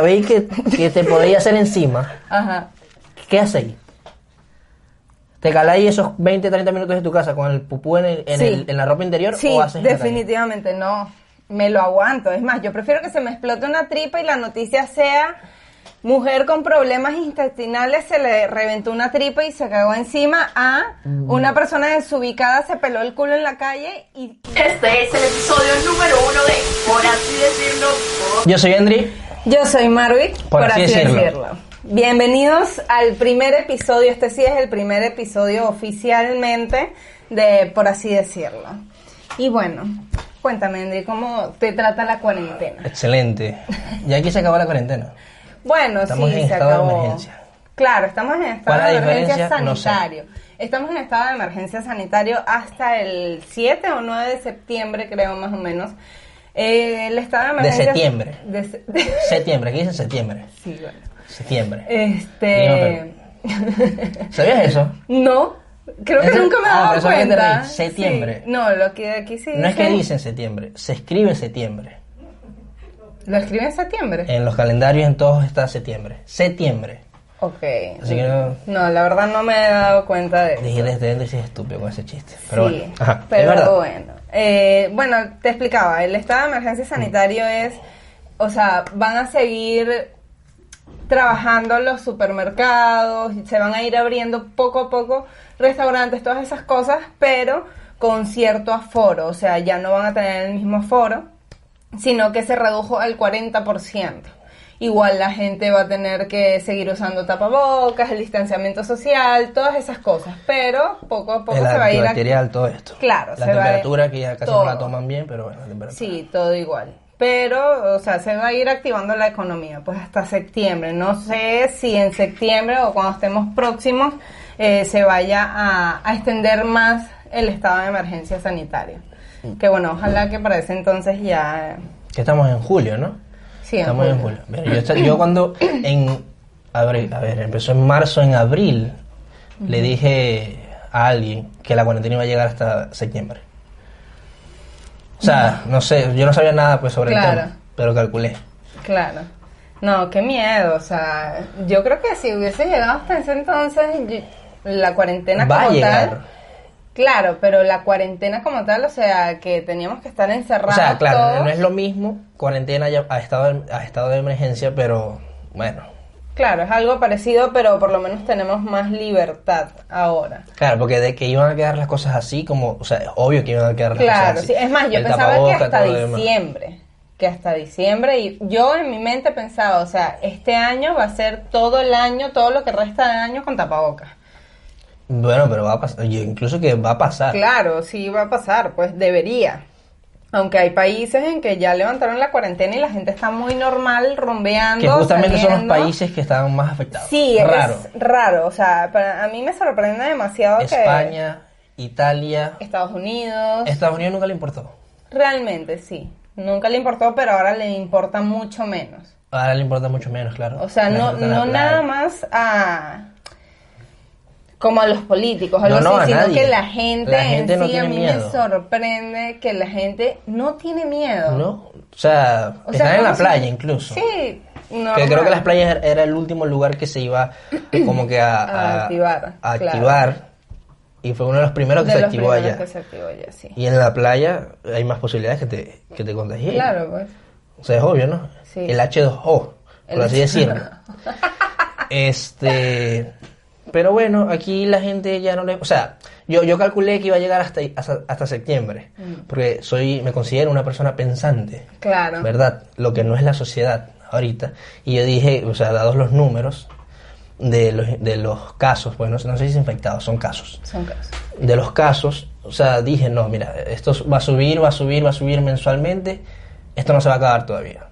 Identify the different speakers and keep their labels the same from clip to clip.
Speaker 1: Sabéis que, que te podéis hacer encima.
Speaker 2: Ajá.
Speaker 1: ¿Qué hacéis? ¿Te caláis esos 20, 30 minutos de tu casa con el pupú en, el- en
Speaker 2: Sí.
Speaker 1: el- en la ropa interior
Speaker 2: Sí,
Speaker 1: o haces en la calle?
Speaker 2: definitivamente no. Me lo aguanto. Es más, yo prefiero que se me explote una tripa y la noticia sea mujer con problemas intestinales se le reventó una tripa y se cagó encima a
Speaker 1: Mm.
Speaker 2: una persona desubicada se peló el culo en la calle y
Speaker 3: Este es el episodio número uno de Por así decirlo. por-
Speaker 1: Yo soy Andri.
Speaker 2: yo soy Marvick, por, así, decirlo. Bienvenidos al primer episodio. Este sí es el primer episodio oficialmente de por así decirlo. Y bueno, cuéntame, Andri, ¿cómo te trata la cuarentena?
Speaker 1: Excelente. Y aquí se acabó la cuarentena.
Speaker 2: Bueno,
Speaker 1: Estamos
Speaker 2: sí,
Speaker 1: en
Speaker 2: se
Speaker 1: estado de
Speaker 2: acabó.
Speaker 1: emergencia.
Speaker 2: Claro, estamos en estado
Speaker 1: ¿Cuál
Speaker 2: de
Speaker 1: es la
Speaker 2: emergencia
Speaker 1: diferencia? No sé.
Speaker 2: sanitario. Estamos en estado de emergencia sanitario hasta el 7 o 9 de septiembre, creo más o menos. Eh, el estado de emergencia...
Speaker 1: septiembre.
Speaker 2: de se- de-
Speaker 1: Septiembre, aquí dice septiembre.
Speaker 2: sí, bueno.
Speaker 1: Septiembre.
Speaker 2: Este...
Speaker 1: ¿Sabías eso?
Speaker 2: no, creo que
Speaker 1: Eso-
Speaker 2: nunca me he
Speaker 1: ah,
Speaker 2: dado
Speaker 1: pero eso es que te
Speaker 2: cuenta.
Speaker 1: reí, septiembre.
Speaker 2: Sí, No, lo que aquí sí
Speaker 1: No es que
Speaker 2: dicen-
Speaker 1: dicen septiembre, se escribe septiembre.
Speaker 2: Lo escribe en septiembre.
Speaker 1: En los calendarios en todos está septiembre. Septiembre.
Speaker 2: ok.
Speaker 1: Así que no-
Speaker 2: No, la verdad no me he dado cuenta de eso.
Speaker 1: Dije desde él, es estúpido con ese chiste. Pero
Speaker 2: sí,
Speaker 1: bueno, Ajá,
Speaker 2: pero
Speaker 1: es verdad.
Speaker 2: bueno. Eh, bueno, te explicaba, el estado de emergencia sanitario es, o sea, van a seguir trabajando los supermercados, se van a ir abriendo poco a poco restaurantes, todas esas cosas, pero con cierto aforo, o sea, ya no van a tener el mismo aforo, sino que se redujo al 40%. Igual la gente va a tener que seguir usando tapabocas, el distanciamiento social, todas esas cosas, pero poco a poco
Speaker 1: el
Speaker 2: se va a ir... a-
Speaker 1: antibacterial, todo esto.
Speaker 2: Claro,
Speaker 1: La
Speaker 2: se va a-
Speaker 1: temperatura que ya casi no la
Speaker 2: todo.
Speaker 1: toman bien, pero bueno, la temperatura.
Speaker 2: Sí, todo igual. Pero, o sea, se va a ir activando la economía, pues hasta septiembre. No sé si en septiembre o cuando estemos próximos eh, se vaya a, a extender más el estado de emergencia sanitaria.
Speaker 1: Mm.
Speaker 2: Que bueno, ojalá que para ese entonces ya... eh,
Speaker 1: Que estamos en julio, ¿no?
Speaker 2: Sí, en
Speaker 1: estamos en
Speaker 2: julio.
Speaker 1: julio. Mira, yo, esta- yo cuando en abril, a ver, empezó en marzo, en abril, le dije a alguien que la cuarentena iba a llegar hasta septiembre. O sea, no sé, yo no sabía nada pues sobre el
Speaker 2: Claro.
Speaker 1: tema, pero calculé.
Speaker 2: Claro. No, qué miedo, o sea, yo creo que si hubiese llegado hasta ese entonces, yo- la cuarentena
Speaker 1: Va a
Speaker 2: como
Speaker 1: llegar.
Speaker 2: tal... Claro, pero la cuarentena como tal, o sea, que teníamos que estar
Speaker 1: O
Speaker 2: encerrados
Speaker 1: sea, claro,
Speaker 2: todos.
Speaker 1: no es lo mismo cuarentena ya a estado de, a estado de emergencia, pero bueno,
Speaker 2: Claro, es algo parecido, pero por lo menos tenemos más libertad ahora.
Speaker 1: Claro, porque de que iban a quedar las cosas así, como, o sea, es obvio que iban a quedar las
Speaker 2: Claro,
Speaker 1: cosas así.
Speaker 2: sí, es más, yo
Speaker 1: El
Speaker 2: pensaba que
Speaker 1: tapabocas,
Speaker 2: hasta
Speaker 1: todo lo demás.
Speaker 2: diciembre, que hasta diciembre, y yo en mi mente pensaba, o sea, este año va a ser todo el año, todo lo que resta de año con tapabocas.
Speaker 1: Bueno, pero va a pasar, yo incluso que va a pasar.
Speaker 2: Claro, sí va a pasar, pues debería. Aunque hay países en que ya levantaron la cuarentena y la gente está muy normal, rumbeando.
Speaker 1: que justamente son los
Speaker 2: saliendo.
Speaker 1: países que estaban más afectados.
Speaker 2: Sí, es
Speaker 1: Raro.
Speaker 2: raro, o sea, para, a mí me sorprende demasiado que
Speaker 1: España, Italia,
Speaker 2: Estados Unidos,
Speaker 1: Estados Unidos nunca le importó.
Speaker 2: Realmente sí. Nunca le importó, pero ahora le importa mucho menos.
Speaker 1: Ahora le importa mucho menos, claro.
Speaker 2: O sea,
Speaker 1: La
Speaker 2: no,
Speaker 1: gente en la
Speaker 2: no
Speaker 1: playa.
Speaker 2: nada más a como a los políticos,
Speaker 1: No,
Speaker 2: algo
Speaker 1: no,
Speaker 2: así,
Speaker 1: a
Speaker 2: sino
Speaker 1: nadie.
Speaker 2: que la gente,
Speaker 1: La gente
Speaker 2: en
Speaker 1: no
Speaker 2: sí a
Speaker 1: tiene
Speaker 2: mí
Speaker 1: miedo.
Speaker 2: me sorprende que la gente no tiene miedo.
Speaker 1: No, o sea,
Speaker 2: O sea,
Speaker 1: están en la
Speaker 2: no sé.
Speaker 1: playa incluso.
Speaker 2: Sí,
Speaker 1: Que creo que
Speaker 2: normal.
Speaker 1: las playas era el último lugar que se iba como que a,
Speaker 2: A activar,
Speaker 1: a
Speaker 2: claro.
Speaker 1: activar. Y fue uno de los primeros que
Speaker 2: De
Speaker 1: se
Speaker 2: los
Speaker 1: activó
Speaker 2: primeros
Speaker 1: allá.
Speaker 2: que se activó allá, sí.
Speaker 1: Y en la playa hay más posibilidades que te, que te contagies.
Speaker 2: Claro, pues.
Speaker 1: O sea, es obvio, ¿no?
Speaker 2: Sí.
Speaker 1: El H2O, por
Speaker 2: El
Speaker 1: así decirlo. este. Pero bueno, aquí la gente ya no le. O sea, yo, yo calculé que iba a llegar hasta, hasta, hasta septiembre.
Speaker 2: Mm.
Speaker 1: Porque soy me considero una persona pensante.
Speaker 2: Claro.
Speaker 1: ¿Verdad? Lo que no es la sociedad ahorita. Y yo dije, o sea, dados los números de los, de los casos, bueno, no sé si es infectados, son casos
Speaker 2: Son casos.
Speaker 1: de los casos, o sea, dije, no, mira, esto va a subir, va a subir, va a subir mensualmente, esto no se va a acabar todavía.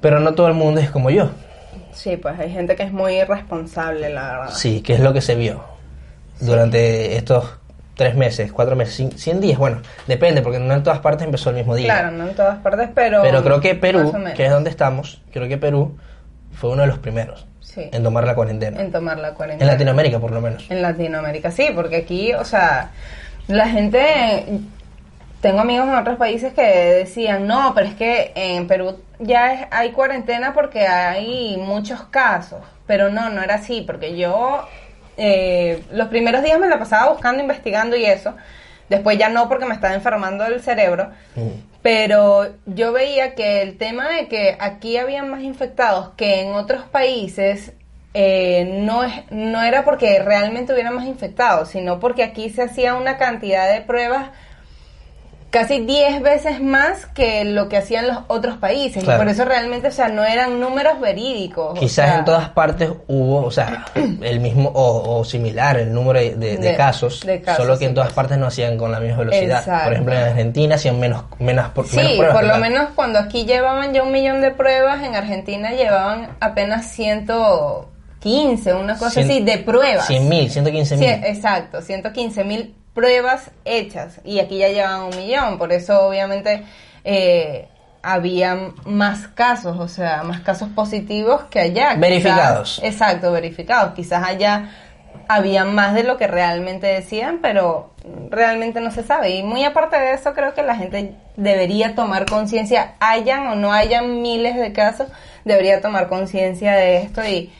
Speaker 1: Pero no todo el mundo es como yo.
Speaker 2: Sí, pues hay gente que es muy irresponsable, la verdad.
Speaker 1: Sí, que es lo que se vio durante estos tres meses, cuatro meses, cien- cien días. Bueno, depende, porque no en todas partes empezó el mismo día.
Speaker 2: Claro, no en todas partes, pero.
Speaker 1: Pero creo que Perú,
Speaker 2: más o menos.
Speaker 1: que es donde estamos, creo que Perú fue uno de los primeros
Speaker 2: Sí.
Speaker 1: en tomar la cuarentena.
Speaker 2: En tomar la
Speaker 1: en
Speaker 2: cuarentena.
Speaker 1: Latinoamérica, por lo menos.
Speaker 2: En Latinoamérica, sí, porque aquí, o sea, la gente. Tengo amigos en otros países que decían, no, pero es que en Perú ya es- hay cuarentena porque hay muchos casos. Pero no, no era así, porque yo eh, los primeros días me la pasaba buscando, investigando y eso. Después ya no, porque me estaba enfermando el cerebro.
Speaker 1: Mm.
Speaker 2: Pero yo veía que el tema de que aquí habían más infectados que en otros países eh, no, es, no era porque realmente hubiera más infectados, sino porque aquí se hacía una cantidad de pruebas casi 10 veces más que lo que hacían los otros países.
Speaker 1: Claro.
Speaker 2: Y por eso realmente, o sea, no eran números verídicos. o
Speaker 1: Quizás
Speaker 2: sea,
Speaker 1: en todas partes hubo, o sea, el mismo o, o similar el número de, de- de
Speaker 2: De-
Speaker 1: casos,
Speaker 2: de casos,
Speaker 1: solo que en
Speaker 2: sí,
Speaker 1: todas
Speaker 2: pues.
Speaker 1: partes no hacían con la misma velocidad.
Speaker 2: Exacto.
Speaker 1: Por ejemplo, en Argentina hacían menos, menos, por, menos
Speaker 2: Sí,
Speaker 1: pruebas,
Speaker 2: por lo
Speaker 1: ¿verdad?
Speaker 2: menos cuando aquí llevaban ya un millón de pruebas, en Argentina llevaban apenas 115, una cosa
Speaker 1: Cien-
Speaker 2: así, de pruebas.
Speaker 1: 100.000, 115.000.
Speaker 2: Sí, exacto, 115 mil pruebas hechas y aquí ya llevan un millón, por eso obviamente eh, había más casos, o sea, más casos positivos que allá. Quizás-
Speaker 1: Verificados.
Speaker 2: exacto, verificados. Quizás allá había más de lo que realmente decían, pero realmente no se sabe. Y muy aparte de eso, creo que la gente debería tomar conciencia, hayan o no hayan miles de casos, debería tomar conciencia de esto y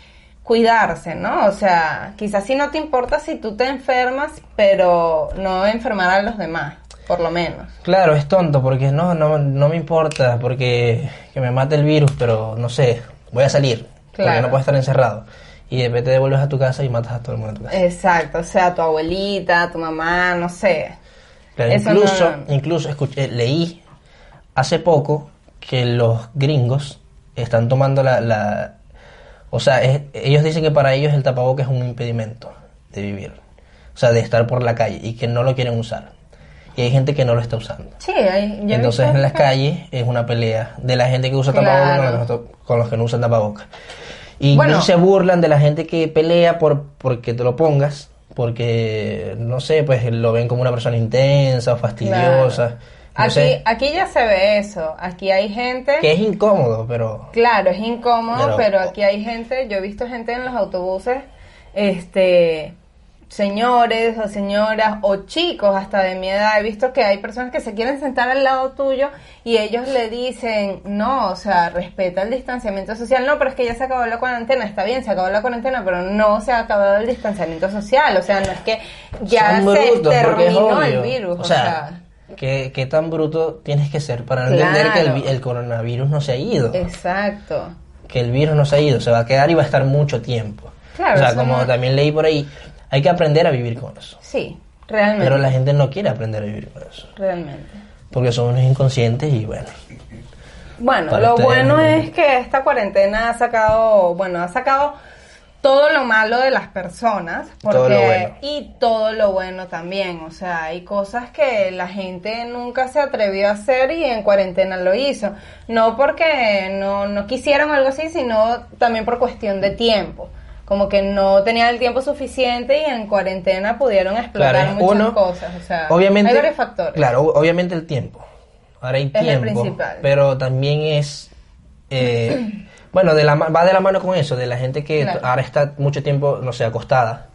Speaker 2: cuidarse, ¿no? O sea, quizás sí no te importa si tú te enfermas, pero no enfermar a los demás, por lo menos.
Speaker 1: Claro, es tonto porque no, no, no me importa porque que me mate el virus, pero no sé, voy a salir porque
Speaker 2: Claro.
Speaker 1: no puedo estar encerrado. Y de repente te vuelves a tu casa y matas a todo el mundo en tu casa.
Speaker 2: Exacto, o sea, tu abuelita, tu mamá, no sé.
Speaker 1: Claro,
Speaker 2: Eso
Speaker 1: incluso,
Speaker 2: no-
Speaker 1: incluso escuché- leí hace poco que los gringos están tomando la... la- o sea, es- ellos dicen que para ellos el tapaboca es un impedimento de vivir. O sea, de estar por la calle y que no lo quieren usar. Y hay gente que no lo está usando.
Speaker 2: Sí, hay, yo he
Speaker 1: Entonces
Speaker 2: visto-
Speaker 1: en las calles es una pelea de la gente que usa
Speaker 2: Claro.
Speaker 1: tapabocas con, los que no to- con los que no usan tapabocas. Y
Speaker 2: Bueno.
Speaker 1: no se burlan de la gente que pelea por porque te lo pongas, porque no sé, pues lo ven como una persona intensa o fastidiosa.
Speaker 2: Claro.
Speaker 1: No
Speaker 2: Aquí,
Speaker 1: sé,
Speaker 2: aquí ya se ve eso. Aquí hay gente.
Speaker 1: que es incómodo, pero
Speaker 2: Claro, es
Speaker 1: Pero-
Speaker 2: incómodo, pero, aquí hay gente. Yo he visto gente en los autobuses, este, señores o señoras o chicos hasta de mi edad. He visto que hay personas que se quieren sentar al lado tuyo y ellos le dicen, no, o sea, respeta el distanciamiento social. No, pero es que ya se acabó la cuarentena. Está bien, se acabó la cuarentena, pero no se ha acabado el distanciamiento social. O sea, no es que ya
Speaker 1: son
Speaker 2: se
Speaker 1: brutos, porque es
Speaker 2: terminó
Speaker 1: obvio.
Speaker 2: el virus.
Speaker 1: O sea, ¿qué, qué tan bruto tienes que ser para no entender que el, vi-
Speaker 2: Claro.
Speaker 1: el coronavirus no se ha ido?
Speaker 2: exacto.
Speaker 1: que el virus no se ha ido, se va a quedar y va a estar mucho tiempo.
Speaker 2: Claro,
Speaker 1: o sea,
Speaker 2: eso
Speaker 1: como
Speaker 2: no-
Speaker 1: también leí por ahí, hay que aprender a vivir con eso.
Speaker 2: Sí, realmente.
Speaker 1: Pero la gente no quiere aprender a vivir con eso,
Speaker 2: Realmente.
Speaker 1: porque son unos inconscientes y bueno,
Speaker 2: Bueno,
Speaker 1: Para
Speaker 2: lo
Speaker 1: ustedes,
Speaker 2: bueno
Speaker 1: ¿no?
Speaker 2: es que esta cuarentena ha sacado, bueno, ha sacado todo lo malo de las personas porque,
Speaker 1: Todo lo bueno.
Speaker 2: y todo lo bueno también. O sea, hay cosas que la gente nunca se atrevió a hacer y en cuarentena lo hizo. No porque no, no quisieron algo así, sino también por cuestión de tiempo. Como que no tenían el tiempo suficiente y en cuarentena pudieron explorar
Speaker 1: claro, es
Speaker 2: muchas
Speaker 1: uno,
Speaker 2: cosas. O sea,
Speaker 1: obviamente,
Speaker 2: hay varios factores.
Speaker 1: Claro, ob- obviamente el tiempo. Ahora hay
Speaker 2: Es el
Speaker 1: tiempo,
Speaker 2: principal.
Speaker 1: pero también es eh, bueno, de la, ma- va de la mano con eso, de la gente que
Speaker 2: Claro.
Speaker 1: t- ahora está mucho tiempo, no sé, acostada.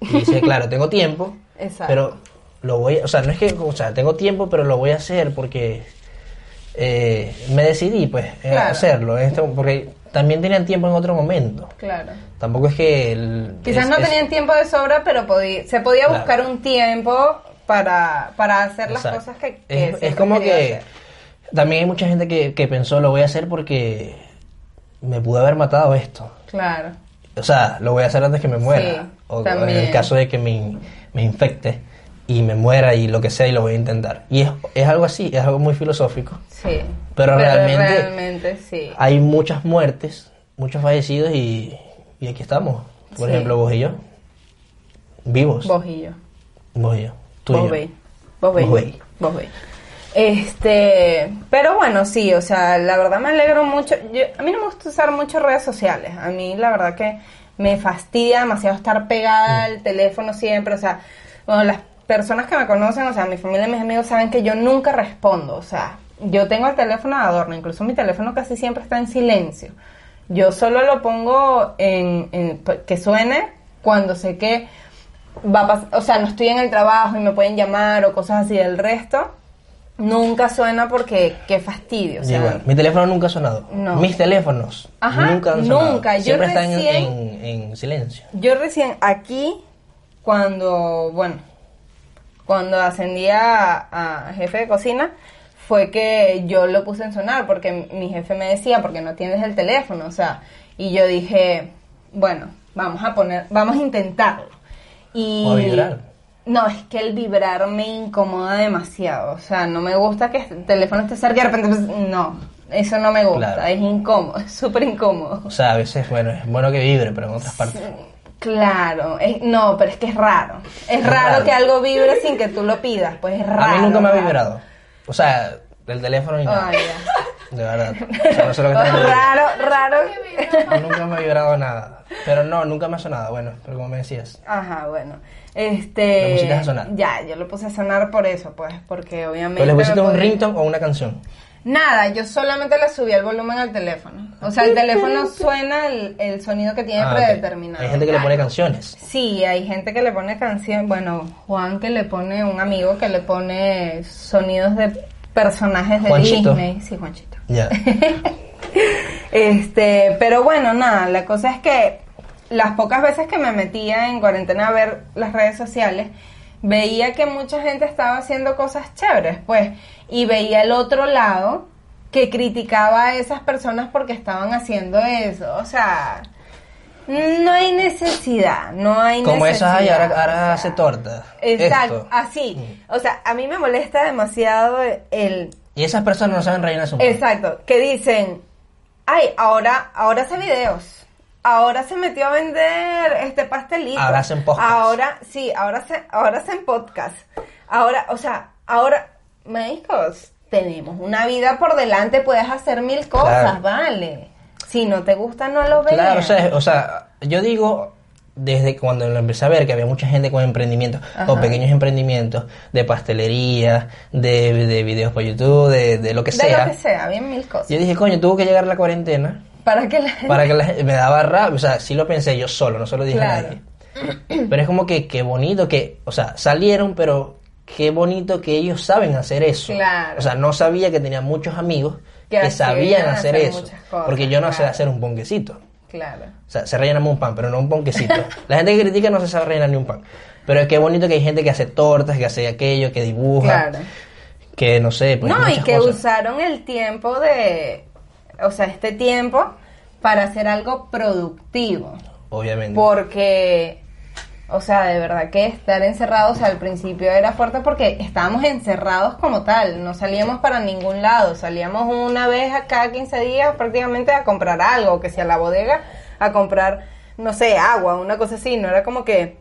Speaker 1: Y dice, claro, tengo tiempo,
Speaker 2: Exacto.
Speaker 1: pero lo voy, o sea, no es que, o sea, tengo tiempo, pero lo voy a hacer porque eh, me decidí, pues, eh, a
Speaker 2: Claro.
Speaker 1: hacerlo. en este- porque también tenían tiempo en otro momento.
Speaker 2: Claro.
Speaker 1: Tampoco es que... el-
Speaker 2: Quizás
Speaker 1: es-
Speaker 2: no
Speaker 1: es-
Speaker 2: tenían tiempo de sobra, pero podí- se podía
Speaker 1: Claro.
Speaker 2: buscar un tiempo para, para hacer las
Speaker 1: Exacto.
Speaker 2: cosas que, que
Speaker 1: es,
Speaker 2: siempre
Speaker 1: es como
Speaker 2: quería
Speaker 1: que
Speaker 2: hacer.
Speaker 1: también hay mucha gente que, que pensó lo voy a hacer porque me pudo haber matado esto
Speaker 2: Claro,
Speaker 1: o sea lo voy a hacer antes que me muera
Speaker 2: Sí,
Speaker 1: o eh,
Speaker 2: también.
Speaker 1: en el caso de que me, me infecte y me muera y lo que sea y lo voy a intentar y es, es algo así es algo muy filosófico
Speaker 2: sí.
Speaker 1: Pero realmente-
Speaker 2: realmente sí.
Speaker 1: hay muchas muertes muchos fallecidos y, y aquí estamos por
Speaker 2: Sí.
Speaker 1: ejemplo vos y yo vivos
Speaker 2: Vos y yo.
Speaker 1: vos y yo tú y
Speaker 2: Vos
Speaker 1: yo
Speaker 2: veis. Vos
Speaker 1: Vos
Speaker 2: veis.
Speaker 1: veis.
Speaker 2: Vos veis. Este, pero bueno, sí, o sea, la verdad me alegro mucho. Yo- a mí no me gusta usar mucho redes sociales. A mí la verdad que me fastidia demasiado estar pegada al teléfono siempre. O sea, bueno, las personas que me conocen, o sea, mi familia y mis amigos saben que yo nunca respondo. O sea, yo tengo el teléfono de adorno. Incluso mi teléfono casi siempre está en silencio. Yo solo lo pongo en, en- que suene cuando sé que va a pas- o sea, no estoy en el trabajo y me pueden llamar o cosas así del resto. Nunca suena porque qué fastidio. o sea,
Speaker 1: Igual, mi teléfono nunca ha sonado.
Speaker 2: No.
Speaker 1: Mis teléfonos
Speaker 2: Ajá,
Speaker 1: nunca han sonado.
Speaker 2: nunca. Yo
Speaker 1: Siempre están en-
Speaker 2: recién-
Speaker 1: en, en silencio.
Speaker 2: Yo recién aquí, cuando, bueno, cuando ascendí a, a jefe de cocina, fue que yo lo puse en sonar porque mi jefe me decía, porque no tienes el teléfono, o sea, y yo dije, bueno, vamos a poner, vamos a intentarlo. Y,
Speaker 1: O a vibrar.
Speaker 2: No, es que el vibrar me incomoda demasiado, o sea, no me gusta que el teléfono esté cerca y de repente, pues, no, eso no me gusta,
Speaker 1: Claro.
Speaker 2: es incómodo, es súper incómodo.
Speaker 1: O sea, a veces, bueno, es bueno que vibre, pero en otras partes.
Speaker 2: Claro, es- no, pero es que es raro. Es
Speaker 1: Es
Speaker 2: raro,
Speaker 1: raro.
Speaker 2: que algo vibre sin que tú lo pidas, pues es raro.
Speaker 1: a mí nunca me ha
Speaker 2: raro.
Speaker 1: vibrado. O sea, del teléfono ni nada.
Speaker 2: Ay, ya.
Speaker 1: De verdad. O sea, no sé lo que está pasando.
Speaker 2: raro, raro.
Speaker 1: No, nunca me ha vibrado nada. Pero no, nunca me ha sonado. Bueno, pero como me decías.
Speaker 2: Ajá, bueno. Este.
Speaker 1: Lo pusiste a sonar.
Speaker 2: Ya, yo lo puse a sonar por eso, pues, porque obviamente.
Speaker 1: ¿Pero le pusiste
Speaker 2: me
Speaker 1: un
Speaker 2: podía-
Speaker 1: ringtone o una canción?
Speaker 2: Nada, yo solamente le subí el volumen al teléfono. O sea, el teléfono suena el, el sonido que tiene
Speaker 1: Ah, ok.
Speaker 2: predeterminado.
Speaker 1: Hay gente que le pone canciones.
Speaker 2: Sí, hay gente que le pone canción, bueno, Juan que le pone, un amigo que le pone sonidos de personajes de
Speaker 1: Juanchito.
Speaker 2: Disney, sí, Juanchito.
Speaker 1: Ya.
Speaker 2: Este, pero bueno, nada, la cosa es que las pocas veces que me metía en cuarentena a ver las redes sociales, veía que mucha gente estaba haciendo cosas chéveres, pues, y veía el otro lado que criticaba a esas personas porque estaban haciendo eso, o sea, no hay necesidad, no hay
Speaker 1: Como esas
Speaker 2: necesidad.
Speaker 1: hay, ahora, ahora
Speaker 2: o sea.
Speaker 1: hace torta.
Speaker 2: Exacto,
Speaker 1: Esto. Mm.
Speaker 2: así. O sea, a mí me molesta demasiado el
Speaker 1: Y esas personas no saben rellenar su mundo.
Speaker 2: Exacto, que dicen, ay, ahora, ahora hace videos, ahora se metió a vender este pastelito.
Speaker 1: Ahora hacen podcast.
Speaker 2: Ahora, sí, ahora se, ahora hacen podcast. Ahora, o sea, ahora, médicos, tenemos una vida por delante, puedes hacer mil cosas,
Speaker 1: Claro.
Speaker 2: vale. Si no te gusta, no lo veas.
Speaker 1: Claro, o sea, o sea, yo digo desde cuando lo empecé a ver que había mucha gente con emprendimientos,
Speaker 2: Ajá.
Speaker 1: con pequeños emprendimientos de pastelería, de, de videos por YouTube, de, de lo que
Speaker 2: de
Speaker 1: sea.
Speaker 2: lo que sea, bien mil cosas.
Speaker 1: Yo dije, coño, tuvo que llegar la cuarentena
Speaker 2: Para que la
Speaker 1: para que la- me daba rabia, o sea, sí lo pensé yo solo, no se lo dije
Speaker 2: Claro.
Speaker 1: a nadie. Pero es como que qué bonito que, o sea, salieron, pero qué bonito que ellos saben hacer eso.
Speaker 2: Claro.
Speaker 1: O sea, no sabía que tenía muchos amigos que,
Speaker 2: Que hacían
Speaker 1: sabían hacer,
Speaker 2: hacer
Speaker 1: eso,
Speaker 2: muchas cosas,
Speaker 1: porque yo no sé
Speaker 2: claro.
Speaker 1: hacer un ponquecito.
Speaker 2: Claro.
Speaker 1: O sea, se rellenamos un pan, pero no un ponquecito. La gente que critica no se sabe rellenar ni un pan. Pero qué bonito que hay gente que hace tortas, que hace aquello, que dibuja,
Speaker 2: Claro.
Speaker 1: que no sé, pues
Speaker 2: no, y
Speaker 1: muchas
Speaker 2: que
Speaker 1: cosas.
Speaker 2: usaron el tiempo de, o sea, este tiempo para hacer algo productivo.
Speaker 1: Obviamente.
Speaker 2: Porque, o sea, de verdad que estar encerrados al principio era fuerte porque estábamos encerrados como tal, no salíamos para ningún lado, salíamos una vez a cada 15 días prácticamente a comprar algo, que sea la bodega, a comprar, no sé, agua, una cosa así, no era como que...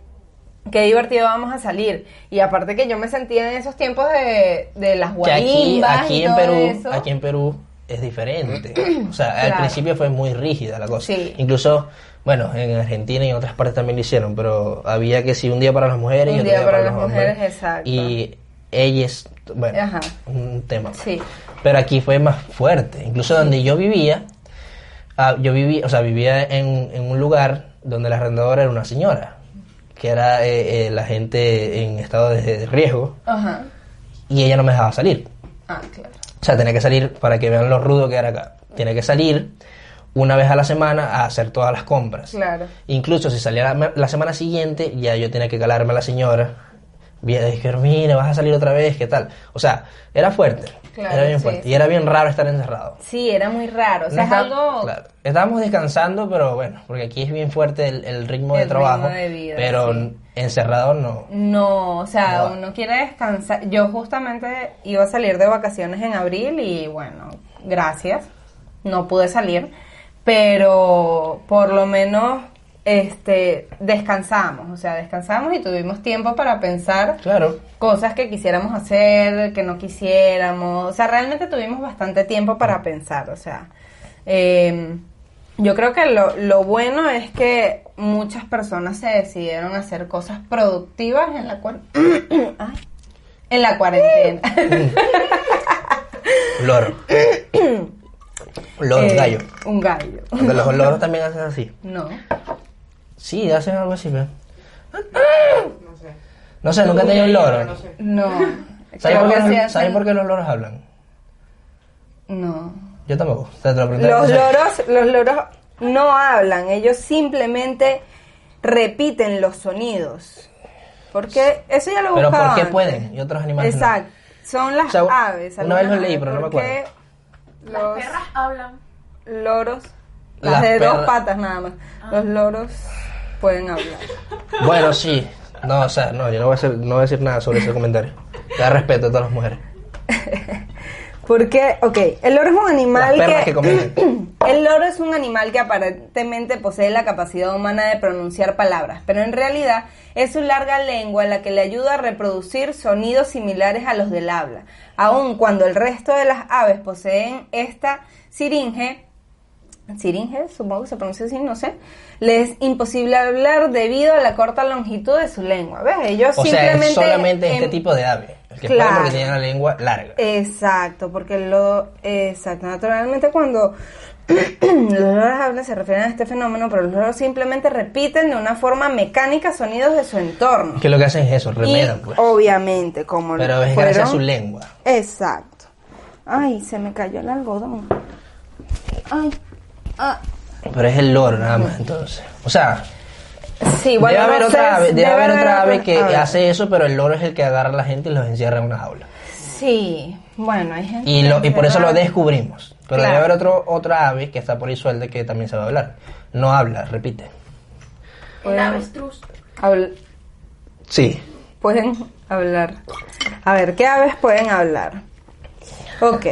Speaker 2: Qué divertido vamos a salir. Y aparte que yo me sentía en esos tiempos de, de las
Speaker 1: que aquí,
Speaker 2: guarimbas
Speaker 1: aquí
Speaker 2: y
Speaker 1: en
Speaker 2: todo
Speaker 1: Perú,
Speaker 2: eso.
Speaker 1: aquí en Perú es diferente. O sea,
Speaker 2: Claro.
Speaker 1: al principio fue muy rígida la cosa.
Speaker 2: Sí.
Speaker 1: Incluso, bueno, en Argentina y en otras partes también lo hicieron, pero había que si un día para las mujeres
Speaker 2: Un
Speaker 1: y otro
Speaker 2: día
Speaker 1: día
Speaker 2: para
Speaker 1: para,
Speaker 2: las
Speaker 1: los hombres.
Speaker 2: mujeres, exacto.
Speaker 1: Y ellas, bueno,
Speaker 2: Ajá.
Speaker 1: un tema. pues.
Speaker 2: Sí.
Speaker 1: Pero aquí fue más fuerte. Incluso donde yo vivía, ah, yo vivía, o sea, vivía en, en un lugar donde la arrendadora era una señora, que era eh, eh, la gente en estado de- de riesgo,
Speaker 2: Ajá.
Speaker 1: y ella no me dejaba salir.
Speaker 2: Ah, claro.
Speaker 1: O sea, tenía que salir, para que vean lo rudo que era acá, tenía que salir una vez a la semana a hacer todas las compras.
Speaker 2: Claro.
Speaker 1: Incluso si salía la, la semana siguiente, ya yo tenía que calarme a la señora. Bien, dije, mira, vas a salir otra vez, ¿qué tal? O sea, era fuerte.
Speaker 2: Claro,
Speaker 1: era bien
Speaker 2: sí,
Speaker 1: fuerte.
Speaker 2: sí.
Speaker 1: Y era bien raro estar encerrado.
Speaker 2: Sí, era muy raro. O
Speaker 1: No
Speaker 2: sea, es
Speaker 1: está-
Speaker 2: algo...
Speaker 1: claro, estábamos descansando, pero bueno, porque aquí es bien fuerte el, el ritmo
Speaker 2: El
Speaker 1: de trabajo.
Speaker 2: ritmo de vida,
Speaker 1: pero
Speaker 2: sí.
Speaker 1: encerrado no.
Speaker 2: No, o sea,
Speaker 1: No.
Speaker 2: uno quiere descansar. Yo justamente iba a salir de vacaciones en abril y bueno, gracias. No pude salir, pero por lo menos este, descansamos, o sea, descansamos y tuvimos tiempo para pensar
Speaker 1: Claro.
Speaker 2: cosas que quisiéramos hacer, que no quisiéramos. O sea, realmente tuvimos bastante tiempo para pensar. O sea, eh, yo creo que lo, lo bueno es que muchas personas se decidieron a hacer cosas productivas en la, cuar- Ay, en la cuarentena.
Speaker 1: Loro. Loro,
Speaker 2: Eh,
Speaker 1: gallo.
Speaker 2: Un gallo.
Speaker 1: Porque los loros también hacen así.
Speaker 2: No.
Speaker 1: Sí, hacen algo así, pero... No sé, nunca he tenido un loro.
Speaker 2: No.
Speaker 1: ¿Sabes
Speaker 2: Creo
Speaker 1: por,
Speaker 2: que sí
Speaker 1: qué,
Speaker 2: hacen-
Speaker 1: ¿Sabes por qué los loros hablan?
Speaker 2: No.
Speaker 1: Yo tampoco. O sea, te lo pregunté
Speaker 2: Los
Speaker 1: antes.
Speaker 2: loros, los loros no hablan, ellos simplemente repiten los sonidos. Porque eso ya lo
Speaker 1: Pero
Speaker 2: buscaba
Speaker 1: ¿por qué
Speaker 2: antes.
Speaker 1: pueden? Y otros animales no.
Speaker 2: Exacto. Son las
Speaker 1: O sea,
Speaker 2: aves.
Speaker 1: una vez lo
Speaker 2: algunas
Speaker 1: leí,
Speaker 2: aves,
Speaker 1: pero no me
Speaker 2: ¿por
Speaker 1: acuerdo.
Speaker 2: qué
Speaker 3: Las perras hablan.
Speaker 2: Los loros, las,
Speaker 1: Las
Speaker 2: de dos
Speaker 1: perras.
Speaker 2: patas nada más.
Speaker 3: Ah.
Speaker 2: Los loros pueden hablar.
Speaker 1: Bueno, sí. No, o sea, no, yo no voy a, hacer- no voy a decir nada sobre ese comentario. Te da respeto a todas las mujeres.
Speaker 2: Porque, ok, el loro es un animal
Speaker 1: Las perras que comen.
Speaker 2: el loro es un animal que aparentemente posee la capacidad humana de pronunciar palabras, pero en realidad es su larga lengua la que le ayuda a reproducir sonidos similares a los del habla. Aun cuando el resto de las aves poseen esta siringe, siringe, supongo que se pronuncia así, no sé, le es imposible hablar debido a la corta longitud de su lengua. ¿Ves? Ellos
Speaker 1: O sea,
Speaker 2: simplemente
Speaker 1: es solamente este
Speaker 2: em-
Speaker 1: tipo de ave. El que
Speaker 2: Claro.
Speaker 1: puede porque tiene la lengua larga.
Speaker 2: Exacto, porque lo. Exacto. Naturalmente, cuando los loros hablan, se refieren a este fenómeno, pero los loros simplemente repiten de una forma mecánica sonidos de su entorno.
Speaker 1: Que lo que hacen es eso,
Speaker 2: Y,
Speaker 1: remedan, pues.
Speaker 2: obviamente, como
Speaker 1: Pero es
Speaker 2: fueron-
Speaker 1: gracias a su lengua.
Speaker 2: Exacto. Ay, se me cayó el algodón. Ay. ah.
Speaker 1: Pero es el loro nada más, entonces. O sea,
Speaker 2: Sí, bueno,
Speaker 1: debe haber
Speaker 2: no sé,
Speaker 1: otra ave, debe
Speaker 2: debe
Speaker 1: haber otra ave
Speaker 2: otra-
Speaker 1: que
Speaker 2: a ver.
Speaker 1: hace eso, pero el loro es el que agarra a la gente y los encierra en una jaula.
Speaker 2: Sí, bueno, hay gente.
Speaker 1: Y, lo, y por eso lo
Speaker 2: ¿verdad?
Speaker 1: descubrimos. Pero
Speaker 2: Claro.
Speaker 1: debe haber otro, otra ave que está por ahí suelta que también sabe hablar. No habla, repite.
Speaker 3: El avestruz.
Speaker 2: Habl-
Speaker 1: Sí.
Speaker 2: Pueden hablar. A ver, ¿qué aves pueden hablar? Ok.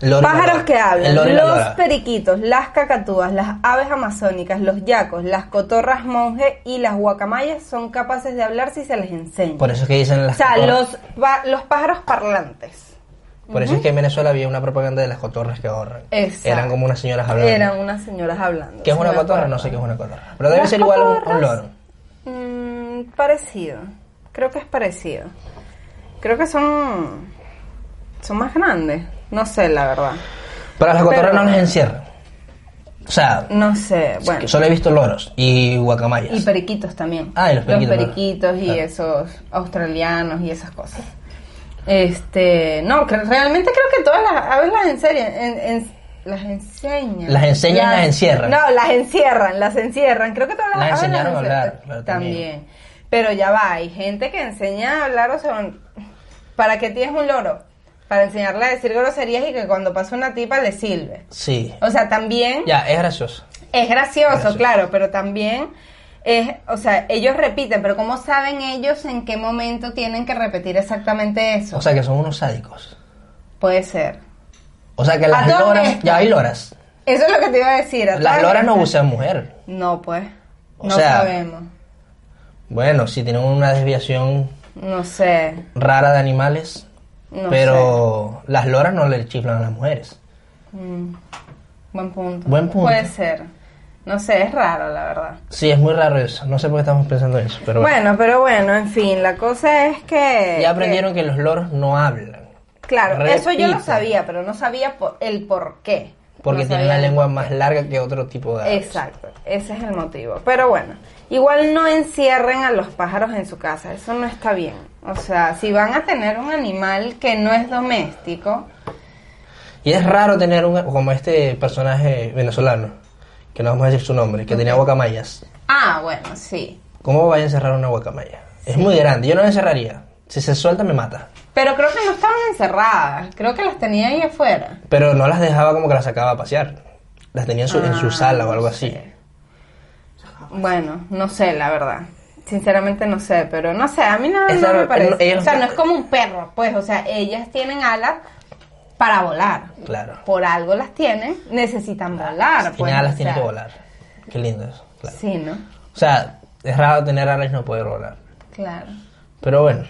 Speaker 1: Loro y
Speaker 2: Pájaros
Speaker 1: lora.
Speaker 2: que
Speaker 1: El
Speaker 2: hablan.
Speaker 1: loro y la
Speaker 2: los
Speaker 1: lora.
Speaker 2: periquitos, las cacatúas, las aves amazónicas, los yacos, las cotorras monje y las guacamayas son capaces de hablar si se les enseña.
Speaker 1: Por eso es que dicen
Speaker 2: o
Speaker 1: las
Speaker 2: sea,
Speaker 1: cotorras.
Speaker 2: los, pa- los pájaros parlantes.
Speaker 1: Por eso es que en Venezuela había una propaganda de las cotorras que ahorran.
Speaker 2: Exacto.
Speaker 1: Eran como unas señoras hablando.
Speaker 2: Eran unas señoras hablando.
Speaker 1: ¿Qué es
Speaker 2: sí
Speaker 1: una
Speaker 2: me acuerdo.
Speaker 1: cotorra? No sé qué es una cotorra. Pero debe
Speaker 2: Las
Speaker 1: ser igual a un- un,
Speaker 2: cotorras-
Speaker 1: loro.
Speaker 2: Mm, parecido. Creo que es parecido. Creo que son. Son más grandes. No sé, la verdad.
Speaker 1: Pero a las cotorras
Speaker 2: Pero-
Speaker 1: no las encierran. O sea,
Speaker 2: No sé, bueno.
Speaker 1: solo he visto loros y guacamayas.
Speaker 2: Y periquitos también.
Speaker 1: Ah, y los periquitos,
Speaker 2: periquitos y
Speaker 1: claro.
Speaker 2: esos australianos y esas cosas. Este, no, que realmente creo que todas las aves las enseñan. en- en- las enseñan.
Speaker 1: Las enseñan y las encierran.
Speaker 2: No, las encierran, las encierran. Creo que todas las,
Speaker 1: Las
Speaker 2: aves
Speaker 1: enseñaron a
Speaker 2: encierran.
Speaker 1: hablar, claro,
Speaker 2: también.
Speaker 1: también.
Speaker 2: Pero ya va, hay gente que enseña a hablar, o sea, ¿para qué tienes un loro? Para enseñarle a decir groserías y que cuando pasa una tipa le sirve.
Speaker 1: Sí.
Speaker 2: O sea, también...
Speaker 1: Ya, es gracioso.
Speaker 2: Es gracioso,
Speaker 1: Gracioso.
Speaker 2: claro, pero también es, o sea, ellos repiten, pero ¿cómo saben ellos en qué momento tienen que repetir exactamente eso?
Speaker 1: O sea, que son unos sádicos.
Speaker 2: Puede ser.
Speaker 1: O sea, que
Speaker 2: A
Speaker 1: las
Speaker 2: todas
Speaker 1: loras...
Speaker 2: estas.
Speaker 1: Ya hay loras.
Speaker 2: Eso es lo que te iba a decir. ¿a
Speaker 1: Las
Speaker 2: todas
Speaker 1: loras
Speaker 2: les-
Speaker 1: no usan mujer.
Speaker 2: No, pues.
Speaker 1: O
Speaker 2: no
Speaker 1: sea-
Speaker 2: sabemos.
Speaker 1: Bueno, si tienen una desviación
Speaker 2: No sé.
Speaker 1: rara de animales,
Speaker 2: No
Speaker 1: pero las loras no le chiflan a las mujeres.
Speaker 2: sé. Mm, buen punto.
Speaker 1: Buen punto.
Speaker 2: Puede ser. No sé, es raro, la verdad.
Speaker 1: Sí, es muy raro eso. No sé por qué estamos pensando en eso, pero bueno.
Speaker 2: Bueno, pero bueno, en fin, la cosa es que...
Speaker 1: ya aprendieron que los loros no hablan,
Speaker 2: Claro, eso yo lo
Speaker 1: Repiten.
Speaker 2: sabía, pero no sabía por- el por qué.
Speaker 1: porque
Speaker 2: No
Speaker 1: tienen
Speaker 2: sabía
Speaker 1: la
Speaker 2: el
Speaker 1: lengua
Speaker 2: por qué.
Speaker 1: más larga que otro tipo de aves.
Speaker 2: Exacto, ese es el motivo. Pero bueno, igual no encierren a los pájaros en su casa, eso no está bien. O sea, si van a tener un animal que no es doméstico,
Speaker 1: Y es raro tener un como este personaje venezolano, que no vamos a decir su nombre, que tenía guacamayas.
Speaker 2: ah, bueno, sí.
Speaker 1: ¿Cómo vaya a encerrar una guacamaya? Es muy grande, yo no la encerraría. Si se suelta me mata.
Speaker 2: Pero creo que no estaban encerradas, creo que las tenía ahí afuera.
Speaker 1: Pero no las dejaba como que las sacaba a pasear. Las tenía en su, en su
Speaker 2: Ah,
Speaker 1: sala o algo
Speaker 2: no
Speaker 1: así.
Speaker 2: sé. Bueno, no sé, la verdad. Sinceramente no sé, pero no sé, a mí no,
Speaker 1: Es
Speaker 2: no me
Speaker 1: raro,
Speaker 2: parece.
Speaker 1: no, ellas-
Speaker 2: o sea, no es como un perro, pues, o sea, ellas tienen alas para volar.
Speaker 1: Claro.
Speaker 2: por algo las tienen, necesitan volar.
Speaker 1: Y
Speaker 2: pues,
Speaker 1: nada, las
Speaker 2: o
Speaker 1: tiene
Speaker 2: sea,
Speaker 1: que volar. Qué lindo eso. claro.
Speaker 2: Sí, ¿no?
Speaker 1: O sea, es raro tener alas y no poder volar.
Speaker 2: Claro.
Speaker 1: Pero bueno,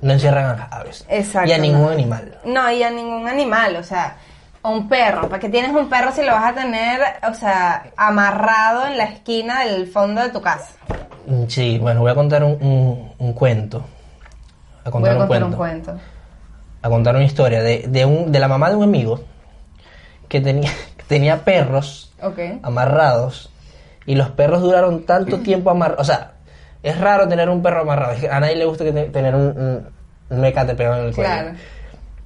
Speaker 1: no encierran a las aves.
Speaker 2: Exacto.
Speaker 1: Y a ningún
Speaker 2: no.
Speaker 1: animal.
Speaker 2: No, y a ningún animal, o sea, a un perro. ¿Para qué tienes un perro si lo vas a tener, o sea, amarrado en la esquina del fondo de tu casa?
Speaker 1: Sí, bueno, voy a contar un, un- un cuento. A
Speaker 2: Voy
Speaker 1: contar,
Speaker 2: a
Speaker 1: un,
Speaker 2: contar
Speaker 1: cuento,
Speaker 2: un cuento.
Speaker 1: A contar una historia de, de un, de la mamá de un amigo que tenía, que tenía perros
Speaker 2: Ok.
Speaker 1: amarrados y los perros duraron tanto tiempo amarrados. O sea, es raro tener un perro amarrado. es que A nadie le gusta que te- tener un, un, un mecate pegado en el cuello.
Speaker 2: Claro.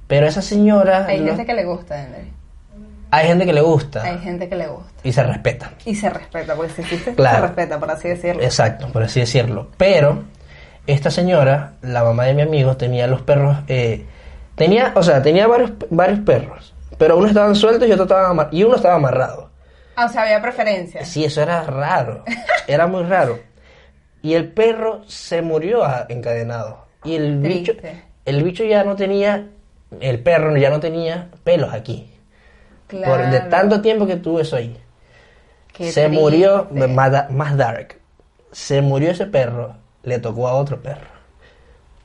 Speaker 1: Pero esa señora...
Speaker 2: Hay
Speaker 1: lo-
Speaker 2: gente que le gusta, Henry.
Speaker 1: hay gente que le gusta
Speaker 2: Hay gente que le gusta.
Speaker 1: y se respeta.
Speaker 2: Y se respeta, porque si existe, se
Speaker 1: Claro.
Speaker 2: respeta, por así decirlo.
Speaker 1: Exacto, por así decirlo. Pero esta señora, la mamá de mi amigo, tenía los perros, eh, tenía, o sea, tenía varios, varios perros, pero unos estaban sueltos y otros estaban ama- y uno estaba amarrado.
Speaker 2: Ah, o sea, había preferencia.
Speaker 1: Sí, eso era raro, era muy raro. Y el perro se murió a- encadenado y el bicho,
Speaker 2: Triste.
Speaker 1: el bicho ya no tenía, el perro ya no tenía pelos aquí
Speaker 2: Claro.
Speaker 1: por de tanto tiempo que tuvo eso ahí.
Speaker 2: Qué
Speaker 1: se
Speaker 2: triste.
Speaker 1: murió, más, da- más dark, se murió ese perro, le tocó a otro perro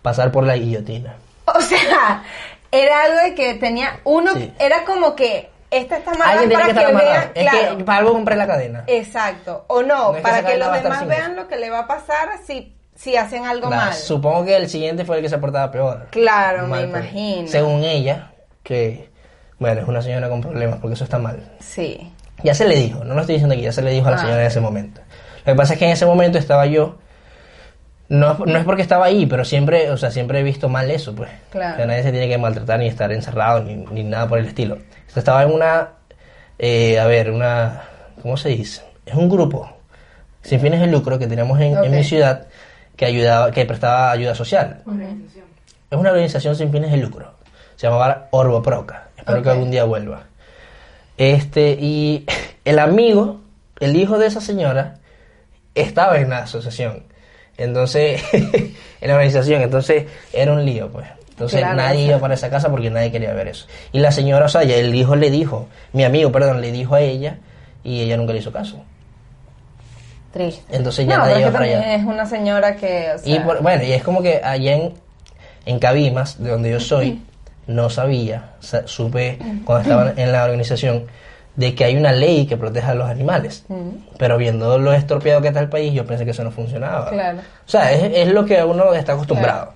Speaker 1: pasar por la guillotina.
Speaker 2: O sea, era algo de que tenía uno,
Speaker 1: Sí.
Speaker 2: era como que esta está amarrada
Speaker 1: Alguien tiene
Speaker 2: para
Speaker 1: que
Speaker 2: que,
Speaker 1: estar amarrado.
Speaker 2: vean,
Speaker 1: Es
Speaker 2: claro,
Speaker 1: que para algo compré la cadena.
Speaker 2: exacto, o no,
Speaker 1: No es que
Speaker 2: para
Speaker 1: esa
Speaker 2: que
Speaker 1: cadena
Speaker 2: los
Speaker 1: va a estar
Speaker 2: demás
Speaker 1: sin
Speaker 2: vean
Speaker 1: ella.
Speaker 2: lo que le va a pasar si, si hacen algo
Speaker 1: Nah,
Speaker 2: mal.
Speaker 1: Supongo que el siguiente fue el que se portaba peor.
Speaker 2: Claro,
Speaker 1: Mal,
Speaker 2: me
Speaker 1: pero-
Speaker 2: imagino.
Speaker 1: Según ella, que bueno, es una señora con problemas porque eso está mal.
Speaker 2: Sí,
Speaker 1: Ya se le dijo, no lo estoy diciendo aquí, ya se le dijo a la
Speaker 2: Ah.
Speaker 1: señora en ese momento. Lo que pasa es que en ese momento estaba yo. No, no es porque estaba ahí, pero siempre, o sea, siempre he visto mal eso, pues.
Speaker 2: Claro.
Speaker 1: O sea, nadie se tiene que maltratar ni estar encerrado ni, ni nada por el estilo. O sea, estaba en una, eh, a ver, una, ¿cómo se dice? Es un grupo sin fines de lucro que tenemos en, en
Speaker 2: Ok.
Speaker 1: mi ciudad que ayudaba, que prestaba ayuda social. Es una organización sin fines de lucro. Se llamaba Orbo Proca. Espero que
Speaker 2: Ok.
Speaker 1: algún día vuelva. Este, y el amigo, el hijo de esa señora, estaba en la asociación. Entonces, en la organización, entonces era un lío, pues. Entonces
Speaker 2: Claro,
Speaker 1: nadie
Speaker 2: o sea.
Speaker 1: iba para esa casa porque nadie quería ver eso. Y la señora, o sea, ya el hijo le dijo, mi amigo, perdón, le dijo a ella y ella nunca le hizo caso.
Speaker 2: triste.
Speaker 1: Entonces ya
Speaker 2: no,
Speaker 1: nadie
Speaker 2: pero es
Speaker 1: va
Speaker 2: que
Speaker 1: para
Speaker 2: también
Speaker 1: allá.
Speaker 2: es una señora que, o sea,
Speaker 1: Y por- bueno, y es como que allá en, en Cabimas, de donde yo soy, no sabía, sa- supe cuando estaba en la organización, de que hay una ley que protege a los animales. Pero viendo lo estropeado que está el país, yo pensé que eso no funcionaba.
Speaker 2: Claro.
Speaker 1: O sea, es, es lo que uno está acostumbrado.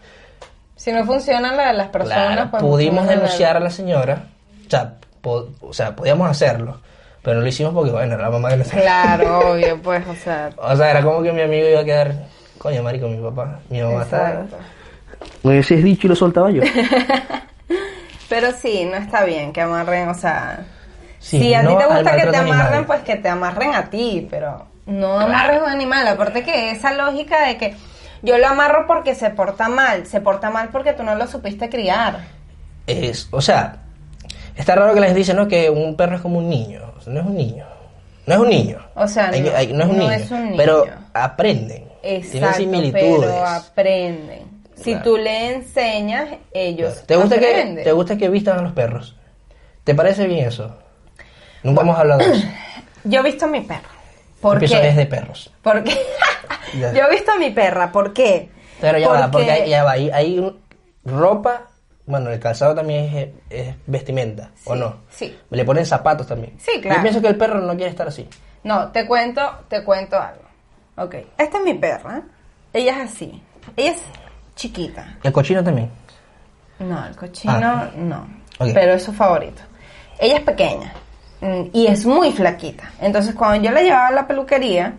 Speaker 2: si no funciona la de las personas,
Speaker 1: Claro,
Speaker 2: pues
Speaker 1: pudimos
Speaker 2: funciona la de-
Speaker 1: denunciar a la señora, o sea, po- o sea, podíamos hacerlo, pero no lo hicimos porque, bueno, era la mamá de nuestra
Speaker 2: Claro, obvio, pues, o sea,
Speaker 1: O sea, era como que mi amigo iba a quedar, coño, marico, mi papá, mi mamá está...
Speaker 2: exacto.
Speaker 1: Me hubieses Pues dicho y lo soltaba yo.
Speaker 2: Pero sí, no está bien que amarren, o sea,
Speaker 1: Sí,
Speaker 2: si a
Speaker 1: no
Speaker 2: ti te
Speaker 1: al
Speaker 2: gusta que te
Speaker 1: maltrato
Speaker 2: amarren,
Speaker 1: animal.
Speaker 2: pues que te amarren a ti, pero no amarres a un animal. Aparte que esa lógica de que yo lo amarro porque se porta mal, se porta mal porque tú no lo supiste criar.
Speaker 1: Es, o sea, está raro que les dicen, ¿no? Que un perro es como un niño. No es un niño. No es un niño.
Speaker 2: O sea,
Speaker 1: Hay que-
Speaker 2: no-
Speaker 1: hay- no, es un
Speaker 2: no
Speaker 1: niño,
Speaker 2: es un niño.
Speaker 1: Pero aprenden. Tienen
Speaker 2: Exacto,
Speaker 1: similitudes.
Speaker 2: pero aprenden. Si
Speaker 1: Claro.
Speaker 2: tú le enseñas, ellos
Speaker 1: ¿Te gusta, que,
Speaker 2: aprenden.
Speaker 1: ¿Te gusta que vistan a los perros? ¿Te parece bien eso? Nunca hemos hablado de eso.
Speaker 2: Yo he visto a mi perro. ¿Por
Speaker 1: Episodios
Speaker 2: qué?
Speaker 1: de perros.
Speaker 2: Porque
Speaker 1: Ya.
Speaker 2: yo he visto a mi perra, ¿por qué?
Speaker 1: Pero ya va, porque hay- ya va. Hay, hay un- ropa. Bueno, el calzado también es, es vestimenta, ¿o
Speaker 2: Sí,
Speaker 1: no?
Speaker 2: sí.
Speaker 1: Le ponen zapatos también.
Speaker 2: Sí, claro.
Speaker 1: Yo pienso que el perro no quiere estar así.
Speaker 2: No, te cuento, te cuento algo. Ok, esta es mi perra. Ella es así. Ella es chiquita.
Speaker 1: El cochino también.
Speaker 2: No, el cochino
Speaker 1: Ah.
Speaker 2: no.
Speaker 1: Ok.
Speaker 2: Pero es su favorito. Ella es pequeña mm, y es muy flaquita. Entonces cuando yo la llevaba a la peluquería,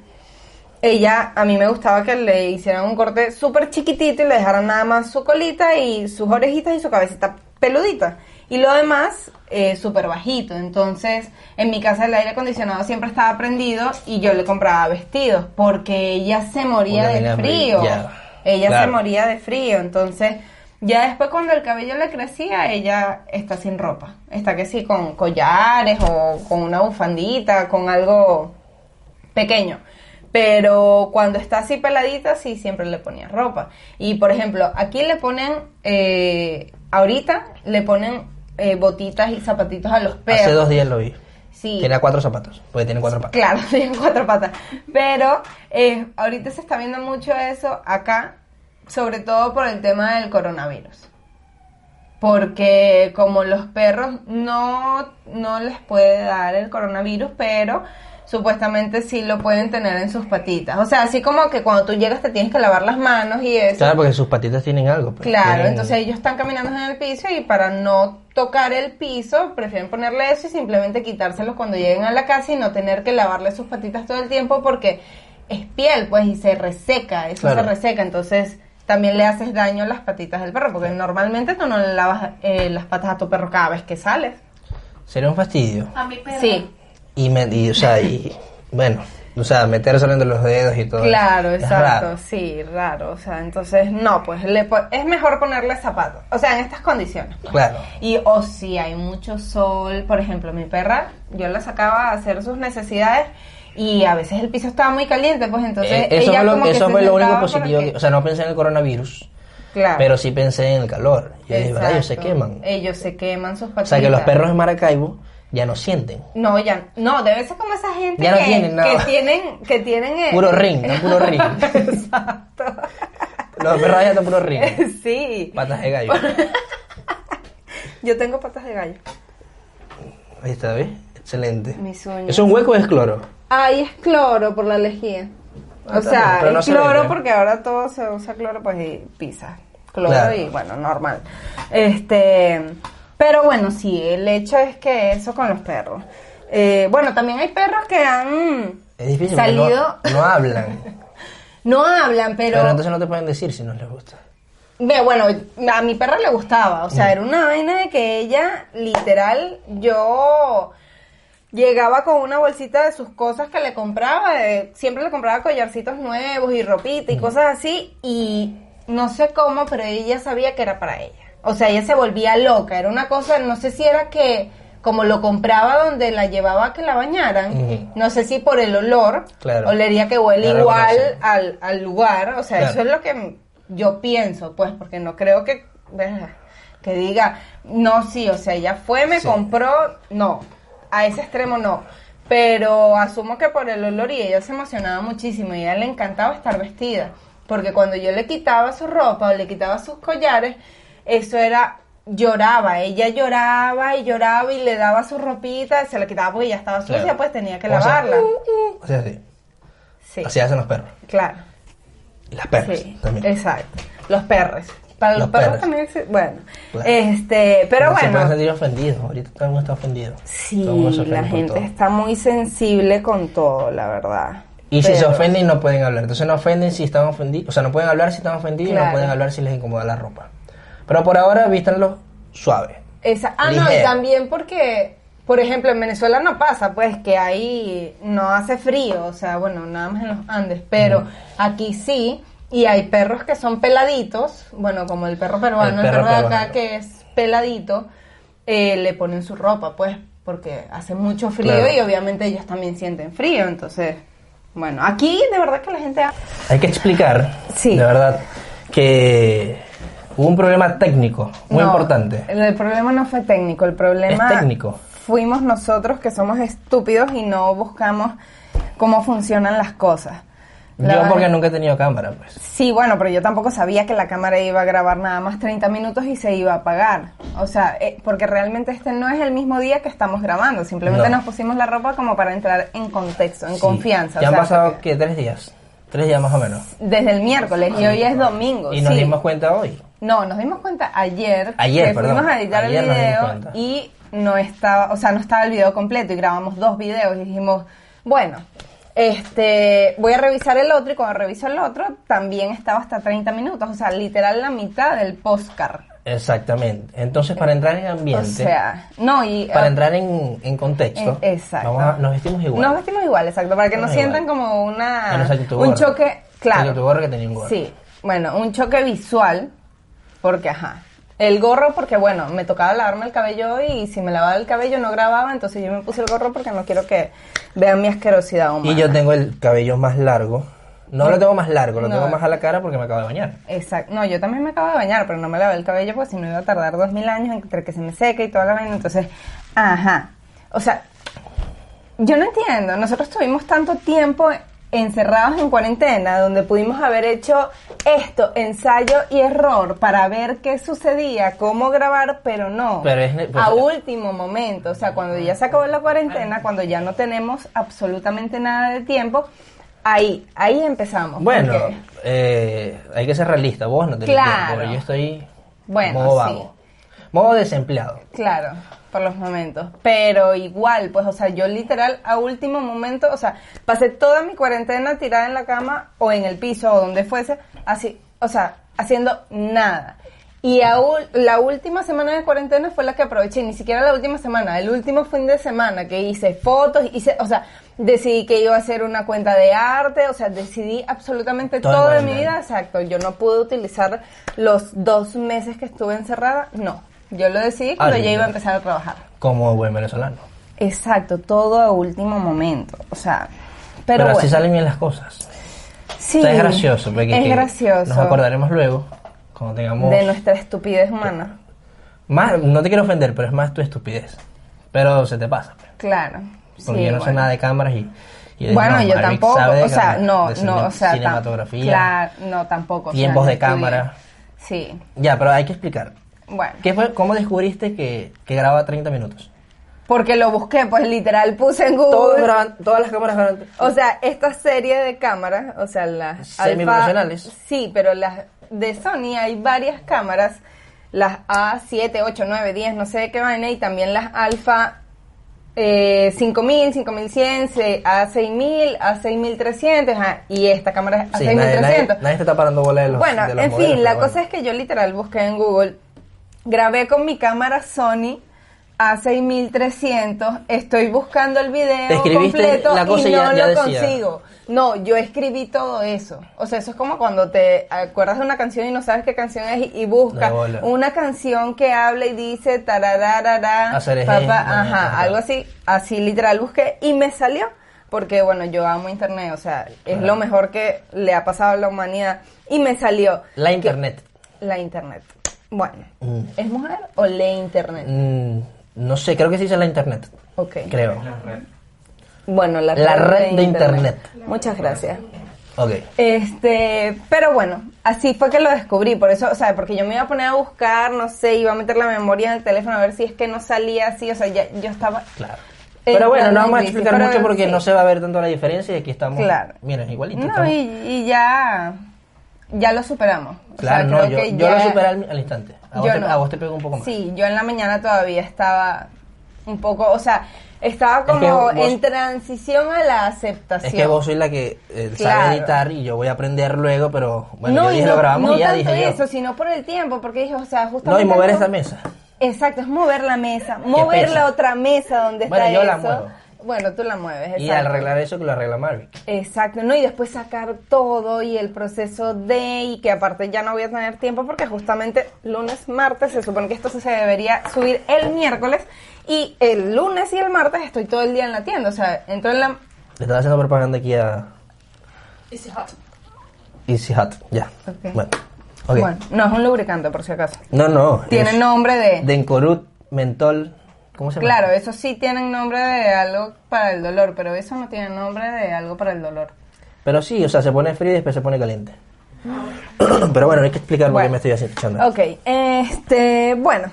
Speaker 2: ella, a mí me gustaba que le hicieran un corte súper chiquitito y le dejaran nada más su colita y sus orejitas y su cabecita peludita. Y lo demás, eh, súper bajito. Entonces, en mi casa el aire acondicionado siempre estaba prendido y yo le compraba vestidos porque ella se moría
Speaker 1: Una
Speaker 2: de
Speaker 1: nena muy-
Speaker 2: frío.
Speaker 1: ya,
Speaker 2: Ella se
Speaker 1: claro.
Speaker 2: moría de frío. Entonces, ya después cuando el cabello le crecía, ella está sin ropa. Está que sí, con collares o con una bufandita, con algo pequeño. Pero cuando está así peladita, sí, siempre le ponía ropa. Y por ejemplo, aquí le ponen, eh, ahorita le ponen eh, botitas y zapatitos a los perros.
Speaker 1: Hace dos días lo vi.
Speaker 2: Sí.
Speaker 1: Tenía cuatro zapatos, porque tiene cuatro patas.
Speaker 2: Claro, tienen cuatro patas. Pero eh, ahorita se está viendo mucho eso acá, sobre todo por el tema del coronavirus. Porque como los perros no, no les puede dar el coronavirus, pero supuestamente sí lo pueden tener en sus patitas. O sea, así como que cuando tú llegas te tienes que lavar las manos y eso.
Speaker 1: Claro, porque sus patitas tienen algo. pues,
Speaker 2: Claro,
Speaker 1: tienen-
Speaker 2: entonces ellos están caminando en el piso y para no tocar el piso, prefieren ponerle eso y simplemente quitárselos cuando lleguen a la casa y no tener que lavarle sus patitas todo el tiempo porque es piel, pues, y se reseca, eso
Speaker 1: Claro.
Speaker 2: se reseca, entonces también le haces daño a las patitas del perro porque normalmente tú no le lavas eh, las patas a tu perro cada vez que sales.
Speaker 1: Sería un fastidio.
Speaker 3: A mi perro.
Speaker 2: Sí,
Speaker 1: Y, me- y, o sea, y, bueno, o sea, metérselo entre los dedos y todo.
Speaker 2: Claro,
Speaker 1: eso. Es
Speaker 2: exacto,
Speaker 1: raro.
Speaker 2: sí, raro, o sea, entonces no, pues le po- es mejor ponerle zapatos, o sea, en estas condiciones.
Speaker 1: Claro.
Speaker 2: Y o si hay mucho sol, por ejemplo, mi perra, yo la sacaba a hacer sus necesidades y a veces el piso estaba muy caliente, pues entonces
Speaker 1: Eh, eso
Speaker 2: ella
Speaker 1: fue lo,
Speaker 2: como que
Speaker 1: eso
Speaker 2: se
Speaker 1: fue lo único
Speaker 2: sentaba
Speaker 1: positivo.
Speaker 2: para
Speaker 1: que- o sea, no pensé en el coronavirus,
Speaker 2: claro.
Speaker 1: pero sí pensé en el calor. Yo dije, ¿verdad? Ellos se
Speaker 2: Exacto.
Speaker 1: queman.
Speaker 2: Ellos se queman sus
Speaker 1: o
Speaker 2: patitas.
Speaker 1: sea, que los perros en Maracaibo ya no sienten.
Speaker 2: No, ya, no, debe ser como esa gente
Speaker 1: Ya no
Speaker 2: que,
Speaker 1: tienen nada.
Speaker 2: que tienen, que tienen eh,
Speaker 1: Puro ring, no puro ring.
Speaker 2: Exacto.
Speaker 1: Los perros ya están puro ring.
Speaker 2: Sí.
Speaker 1: Patas de gallo.
Speaker 2: Yo tengo patas de gallo.
Speaker 1: Ahí está, ¿ves? Excelente.
Speaker 2: Mis uñas.
Speaker 1: ¿Es un hueco o es cloro?
Speaker 2: Ay, es cloro por la lejía.
Speaker 1: Ah,
Speaker 2: O sea,
Speaker 1: también, pero no
Speaker 2: es
Speaker 1: se
Speaker 2: cloro
Speaker 1: ve.
Speaker 2: porque ahora todo se usa cloro, pues y pizza. Cloro
Speaker 1: Claro.
Speaker 2: y bueno, normal. Este, pero bueno, sí, el hecho es que eso con los perros. Eh, bueno, también hay perros que han
Speaker 1: Es difícil. porque
Speaker 2: salido,
Speaker 1: No, no hablan.
Speaker 2: no hablan, pero,
Speaker 1: Pero, entonces no te pueden decir si no les gusta.
Speaker 2: Ve, bueno, a mi perra le gustaba, o sea, era una vaina de que ella, literal, yo llegaba con una bolsita de sus cosas que le compraba, de- siempre le compraba collarcitos nuevos y ropita y cosas así, y no sé cómo, pero ella sabía que era para ella. O sea, ella se volvía loca, era una cosa, no sé si era que como lo compraba donde la llevaba a que la bañaran,
Speaker 1: Ujú.
Speaker 2: no sé si por el olor,
Speaker 1: Claro.
Speaker 2: olería que huele
Speaker 1: Ya lo
Speaker 2: igual
Speaker 1: conoce.
Speaker 2: al, al lugar, o sea,
Speaker 1: Claro.
Speaker 2: eso es lo que m- yo pienso, pues, porque no creo que, verga, que diga, no, sí, o sea, ella fue, me
Speaker 1: Sí.
Speaker 2: compró, no, a ese extremo no, pero asumo que por el olor y ella se emocionaba muchísimo y a ella le encantaba estar vestida, porque cuando yo le quitaba su ropa o le quitaba sus collares, eso era lloraba, ella lloraba y lloraba y le daba su ropita, se la quitaba porque ya estaba sucia,
Speaker 1: Claro.
Speaker 2: pues tenía que
Speaker 1: O sea, uh,
Speaker 2: lavarla.
Speaker 1: O sea, sí.
Speaker 2: Sí,
Speaker 1: Así hacen los perros.
Speaker 2: claro.
Speaker 1: Y las perras
Speaker 2: Sí,
Speaker 1: también.
Speaker 2: exacto. Los perros. Para los,
Speaker 1: Los
Speaker 2: perros,
Speaker 1: perros.
Speaker 2: también se- Bueno,
Speaker 1: Claro.
Speaker 2: este, pero
Speaker 1: No Se pueden
Speaker 2: bueno.
Speaker 1: sentir ofendidos. Ahorita todo el mundo está ofendido.
Speaker 2: Sí,
Speaker 1: Todo el mundo se ofende
Speaker 2: la
Speaker 1: por
Speaker 2: gente
Speaker 1: todo.
Speaker 2: está muy sensible con todo, la verdad.
Speaker 1: Y si se
Speaker 2: Pero-
Speaker 1: ofenden no pueden hablar. Entonces no ofenden si están ofendidos. O sea, no pueden hablar si están ofendidos y
Speaker 2: Claro.
Speaker 1: no pueden hablar si les incomoda la ropa. Pero por ahora vístanlos suave.
Speaker 2: Esa- ah, no, y
Speaker 1: Ligero.
Speaker 2: también porque, por ejemplo, en Venezuela no pasa, pues, que ahí no hace frío, o sea, bueno, nada más en los Andes, pero aquí sí, y hay perros que son peladitos, bueno, como el perro peruano, el
Speaker 1: El
Speaker 2: perro,
Speaker 1: perro
Speaker 2: de acá
Speaker 1: peruano.
Speaker 2: que es peladito, eh, le ponen su ropa, pues, porque hace mucho frío
Speaker 1: Claro.
Speaker 2: y obviamente ellos también sienten frío, entonces, bueno, aquí de verdad que la gente... ha-
Speaker 1: Hay que explicar,
Speaker 2: Sí.
Speaker 1: de verdad, que hubo un problema técnico muy
Speaker 2: No,
Speaker 1: importante.
Speaker 2: El, el problema no fue técnico, el problema
Speaker 1: Es técnico.
Speaker 2: Fuimos nosotros que somos estúpidos y no buscamos cómo funcionan las cosas. La
Speaker 1: Yo
Speaker 2: verdad-
Speaker 1: porque nunca he tenido cámara, pues.
Speaker 2: Sí, bueno, pero yo tampoco sabía que la cámara iba a grabar nada más 30 minutos y se iba a apagar. O sea, eh, porque realmente este no es el mismo día que estamos grabando. Simplemente
Speaker 1: No.
Speaker 2: nos pusimos la ropa como para entrar en contexto, en
Speaker 1: Sí.
Speaker 2: confianza.
Speaker 1: Ya
Speaker 2: o
Speaker 1: han
Speaker 2: sea,
Speaker 1: pasado, ¿qué? Tres días. Tres días más o menos.
Speaker 2: Desde el miércoles y hoy es domingo.
Speaker 1: Y nos
Speaker 2: sí.
Speaker 1: dimos cuenta hoy.
Speaker 2: No, nos dimos cuenta ayer,
Speaker 1: Ayer,
Speaker 2: que fuimos
Speaker 1: perdón.
Speaker 2: a editar
Speaker 1: Ayer
Speaker 2: el
Speaker 1: nos dimos
Speaker 2: video
Speaker 1: cuenta.
Speaker 2: y no estaba, o sea, no estaba el video completo y grabamos dos videos y dijimos, bueno, este, voy a revisar el otro y cuando reviso el otro también estaba hasta 30 minutos, o sea, literal la mitad del postcard.
Speaker 1: Exactamente. Entonces, para entrar en
Speaker 2: O
Speaker 1: ambiente,
Speaker 2: sea, no y
Speaker 1: para
Speaker 2: ah,
Speaker 1: entrar en, en contexto,
Speaker 2: eh, exacto.
Speaker 1: vamos a- nos vestimos igual.
Speaker 2: Nos vestimos igual, exacto, para que no
Speaker 1: Nos
Speaker 2: sientan
Speaker 1: igual.
Speaker 2: como una
Speaker 1: Menos aquí tu
Speaker 2: Ah, un
Speaker 1: gorra.
Speaker 2: choque,
Speaker 1: Aquí tu
Speaker 2: claro.
Speaker 1: gorra que tenía un gorro.
Speaker 2: Sí, bueno, un choque visual, porque ajá. El gorro, porque bueno, me tocaba lavarme el cabello hoy y si me lavaba el cabello no grababa, entonces yo me puse el gorro porque no quiero que vean mi asquerosidad humana.
Speaker 1: Y yo tengo el cabello más largo. No lo tengo más largo, lo
Speaker 2: No.
Speaker 1: tengo más a la cara porque me acabo de bañar.
Speaker 2: Exacto. No, yo también me acabo de bañar, pero no me lavé el cabello porque si no iba a tardar dos mil años entre que se me seque y toda la vaina. Entonces, ajá. O sea, Yo no entiendo, nosotros tuvimos tanto tiempo encerrados en cuarentena donde pudimos haber hecho esto, ensayo y error, para ver qué sucedía, cómo grabar, pero no.
Speaker 1: Pero es ne- pues-
Speaker 2: a último momento, o sea, cuando ya se acabó la cuarentena, cuando ya no tenemos absolutamente nada de tiempo, ahí, ahí empezamos.
Speaker 1: Bueno,
Speaker 2: porque-
Speaker 1: eh, hay que ser realista. Vos no tenés
Speaker 2: Claro.
Speaker 1: tiempo. Yo estoy
Speaker 2: Bueno,
Speaker 1: modo
Speaker 2: sí.
Speaker 1: vago. Modo desempleado.
Speaker 2: Claro, por los momentos. Pero igual, pues, o sea, yo literal a último momento, o sea, pasé toda mi cuarentena tirada en la cama o en el piso o donde fuese, así, o sea, haciendo nada. Y a ul- la última semana de cuarentena fue la que aproveché, ni siquiera la última semana, el último fin de semana que hice fotos, hice, o sea, decidí que iba a hacer una cuenta de arte, o sea, decidí absolutamente
Speaker 1: Todo
Speaker 2: todo,
Speaker 1: en
Speaker 2: de mi
Speaker 1: cuarentena.
Speaker 2: vida, exacto. Yo no pude utilizar los dos meses que estuve encerrada, no. Yo lo decidí cuando
Speaker 1: Ah,
Speaker 2: ya
Speaker 1: sí.
Speaker 2: iba a empezar a trabajar.
Speaker 1: Como buen venezolano.
Speaker 2: Exacto, todo a último momento. O sea, pero, bueno.
Speaker 1: así salen bien las cosas.
Speaker 2: Sí,
Speaker 1: O sea, es gracioso. Porque
Speaker 2: es
Speaker 1: que
Speaker 2: gracioso.
Speaker 1: Nos acordaremos luego, cuando tengamos...
Speaker 2: de nuestra estupidez humana.
Speaker 1: Más, no te quiero ofender, pero es más tu estupidez. Pero se te pasa. pues.
Speaker 2: Claro.
Speaker 1: Porque
Speaker 2: sí,
Speaker 1: yo no sé
Speaker 2: bueno.
Speaker 1: nada de cámaras y... y de-
Speaker 2: Bueno,
Speaker 1: no,
Speaker 2: yo
Speaker 1: Maric
Speaker 2: tampoco,
Speaker 1: sabe de
Speaker 2: o sea,
Speaker 1: cámaras,
Speaker 2: no,
Speaker 1: de
Speaker 2: no,
Speaker 1: cine-
Speaker 2: o sea, tam-
Speaker 1: cinematografía.
Speaker 2: Claro, no tampoco. o sea,
Speaker 1: Tiempos
Speaker 2: no
Speaker 1: de
Speaker 2: estudié.
Speaker 1: cámara.
Speaker 2: Sí,
Speaker 1: Ya, pero hay que explicar.
Speaker 2: bueno.
Speaker 1: ¿Qué fue, ¿Cómo descubriste que, que graba 30 minutos?
Speaker 2: Porque lo busqué, pues literal puse en Google.
Speaker 1: Todos graban- todas las cámaras graban.
Speaker 2: O sea, esta serie de cámaras, o sea, las
Speaker 1: Semiprofesionales.
Speaker 2: alfa- Sí, pero las de Sony hay varias cámaras, las A7, 8, 9, 10, no sé de qué vaina, y también las Alfa eh, 5000, 5100, se- A6000, A6300, ajá, ah, y esta cámara es
Speaker 1: Sí, nadie, nadie,
Speaker 2: A6300.
Speaker 1: nadie te está parando bola de los
Speaker 2: Bueno,
Speaker 1: de los
Speaker 2: en
Speaker 1: modelos,
Speaker 2: fin, la
Speaker 1: pero bueno.
Speaker 2: cosa es que yo literal busqué en Google, grabé con mi cámara Sony a 6300, estoy buscando el
Speaker 1: Te
Speaker 2: video
Speaker 1: escribiste
Speaker 2: completo
Speaker 1: la cosa
Speaker 2: y
Speaker 1: y ya-
Speaker 2: no
Speaker 1: ya
Speaker 2: lo
Speaker 1: decía.
Speaker 2: consigo. No, yo escribí todo eso. O sea, eso es como cuando te acuerdas de una canción y no sabes qué canción es y, y buscas
Speaker 1: De bola.
Speaker 2: una canción que habla y dice tarararara,
Speaker 1: Hacer ejemplo,
Speaker 2: papá, ajá,
Speaker 1: ajá.
Speaker 2: algo así, así literal busqué y me salió porque bueno, yo amo internet, o sea, es lo mejor que le ha pasado a la humanidad y me salió
Speaker 1: La internet.
Speaker 2: la internet. Bueno,
Speaker 1: Mm.
Speaker 2: ¿es mujer o le internet?
Speaker 1: Mm, no sé, creo que se dice la internet.
Speaker 2: Ok.
Speaker 1: Creo.
Speaker 2: Bueno, la,
Speaker 1: La red de
Speaker 2: Muchas gracias.
Speaker 1: Ok.
Speaker 2: Este, pero bueno, así fue que lo descubrí, por eso, o sea, porque yo me iba a poner a buscar, no sé, iba a meter la memoria en el teléfono a ver si es que no salía así, o sea, ya yo estaba
Speaker 1: Claro.
Speaker 2: Eh,
Speaker 1: Pero bueno,
Speaker 2: claro,
Speaker 1: no vamos a
Speaker 2: sí, sí,
Speaker 1: explicar
Speaker 2: pero
Speaker 1: mucho porque
Speaker 2: sí.
Speaker 1: no se va a ver tanto la diferencia y aquí estamos.
Speaker 2: Claro.
Speaker 1: Miren, igualito.
Speaker 2: No,
Speaker 1: estamos-
Speaker 2: y, y ya, ya lo superamos. O sea,
Speaker 1: Claro, no,
Speaker 2: creo
Speaker 1: yo,
Speaker 2: que
Speaker 1: yo
Speaker 2: ya-
Speaker 1: lo superé al, al instante. A vos,
Speaker 2: yo
Speaker 1: te,
Speaker 2: no.
Speaker 1: a vos te pego un poco más.
Speaker 2: Sí, yo en la mañana todavía estaba un poco, o sea, estaba
Speaker 1: que
Speaker 2: como
Speaker 1: vos-
Speaker 2: en transición a la aceptación.
Speaker 1: Es que vos soy la que eh,
Speaker 2: Claro.
Speaker 1: sabe editar y yo voy a aprender luego, pero bueno, yo
Speaker 2: y
Speaker 1: dije lo grabamos
Speaker 2: no
Speaker 1: y ya
Speaker 2: tanto
Speaker 1: dije yo.
Speaker 2: eso, sino por el tiempo, porque dije, o sea, justamente...
Speaker 1: no, y mover
Speaker 2: no-
Speaker 1: esta mesa.
Speaker 2: Exacto, es mover la mesa, mover
Speaker 1: pesa.
Speaker 2: la otra mesa donde
Speaker 1: Bueno,
Speaker 2: está
Speaker 1: yo la
Speaker 2: eso.
Speaker 1: muevo.
Speaker 2: Bueno, tú la mueves, exacto.
Speaker 1: Y arreglar eso que lo arregla Marvick.
Speaker 2: Exacto, ¿no? Y después sacar todo y el proceso de, y que aparte ya no voy a tener tiempo porque justamente lunes, martes, se supone que esto se debería subir el miércoles y el lunes y el martes estoy todo el día en la tienda, o sea, entro en la...
Speaker 1: Le estaba haciendo propaganda aquí a
Speaker 3: Easy Hot.
Speaker 1: Easy Hot, ya.
Speaker 2: Ok.
Speaker 1: Bueno. ok.
Speaker 2: Bueno, no es un lubricante por si acaso.
Speaker 1: No, no.
Speaker 2: Tiene
Speaker 1: es
Speaker 2: nombre de...
Speaker 1: Dencorut, mentol. ¿Cómo se llama?
Speaker 2: Claro, eso sí tienen nombre de algo para el dolor, pero eso no tiene nombre de algo para el dolor.
Speaker 1: Pero sí, o sea, se pone frío y después se pone caliente. Pero bueno, hay que explicar por qué
Speaker 2: Bueno.
Speaker 1: me estoy haciendo.
Speaker 2: Ok, este, bueno,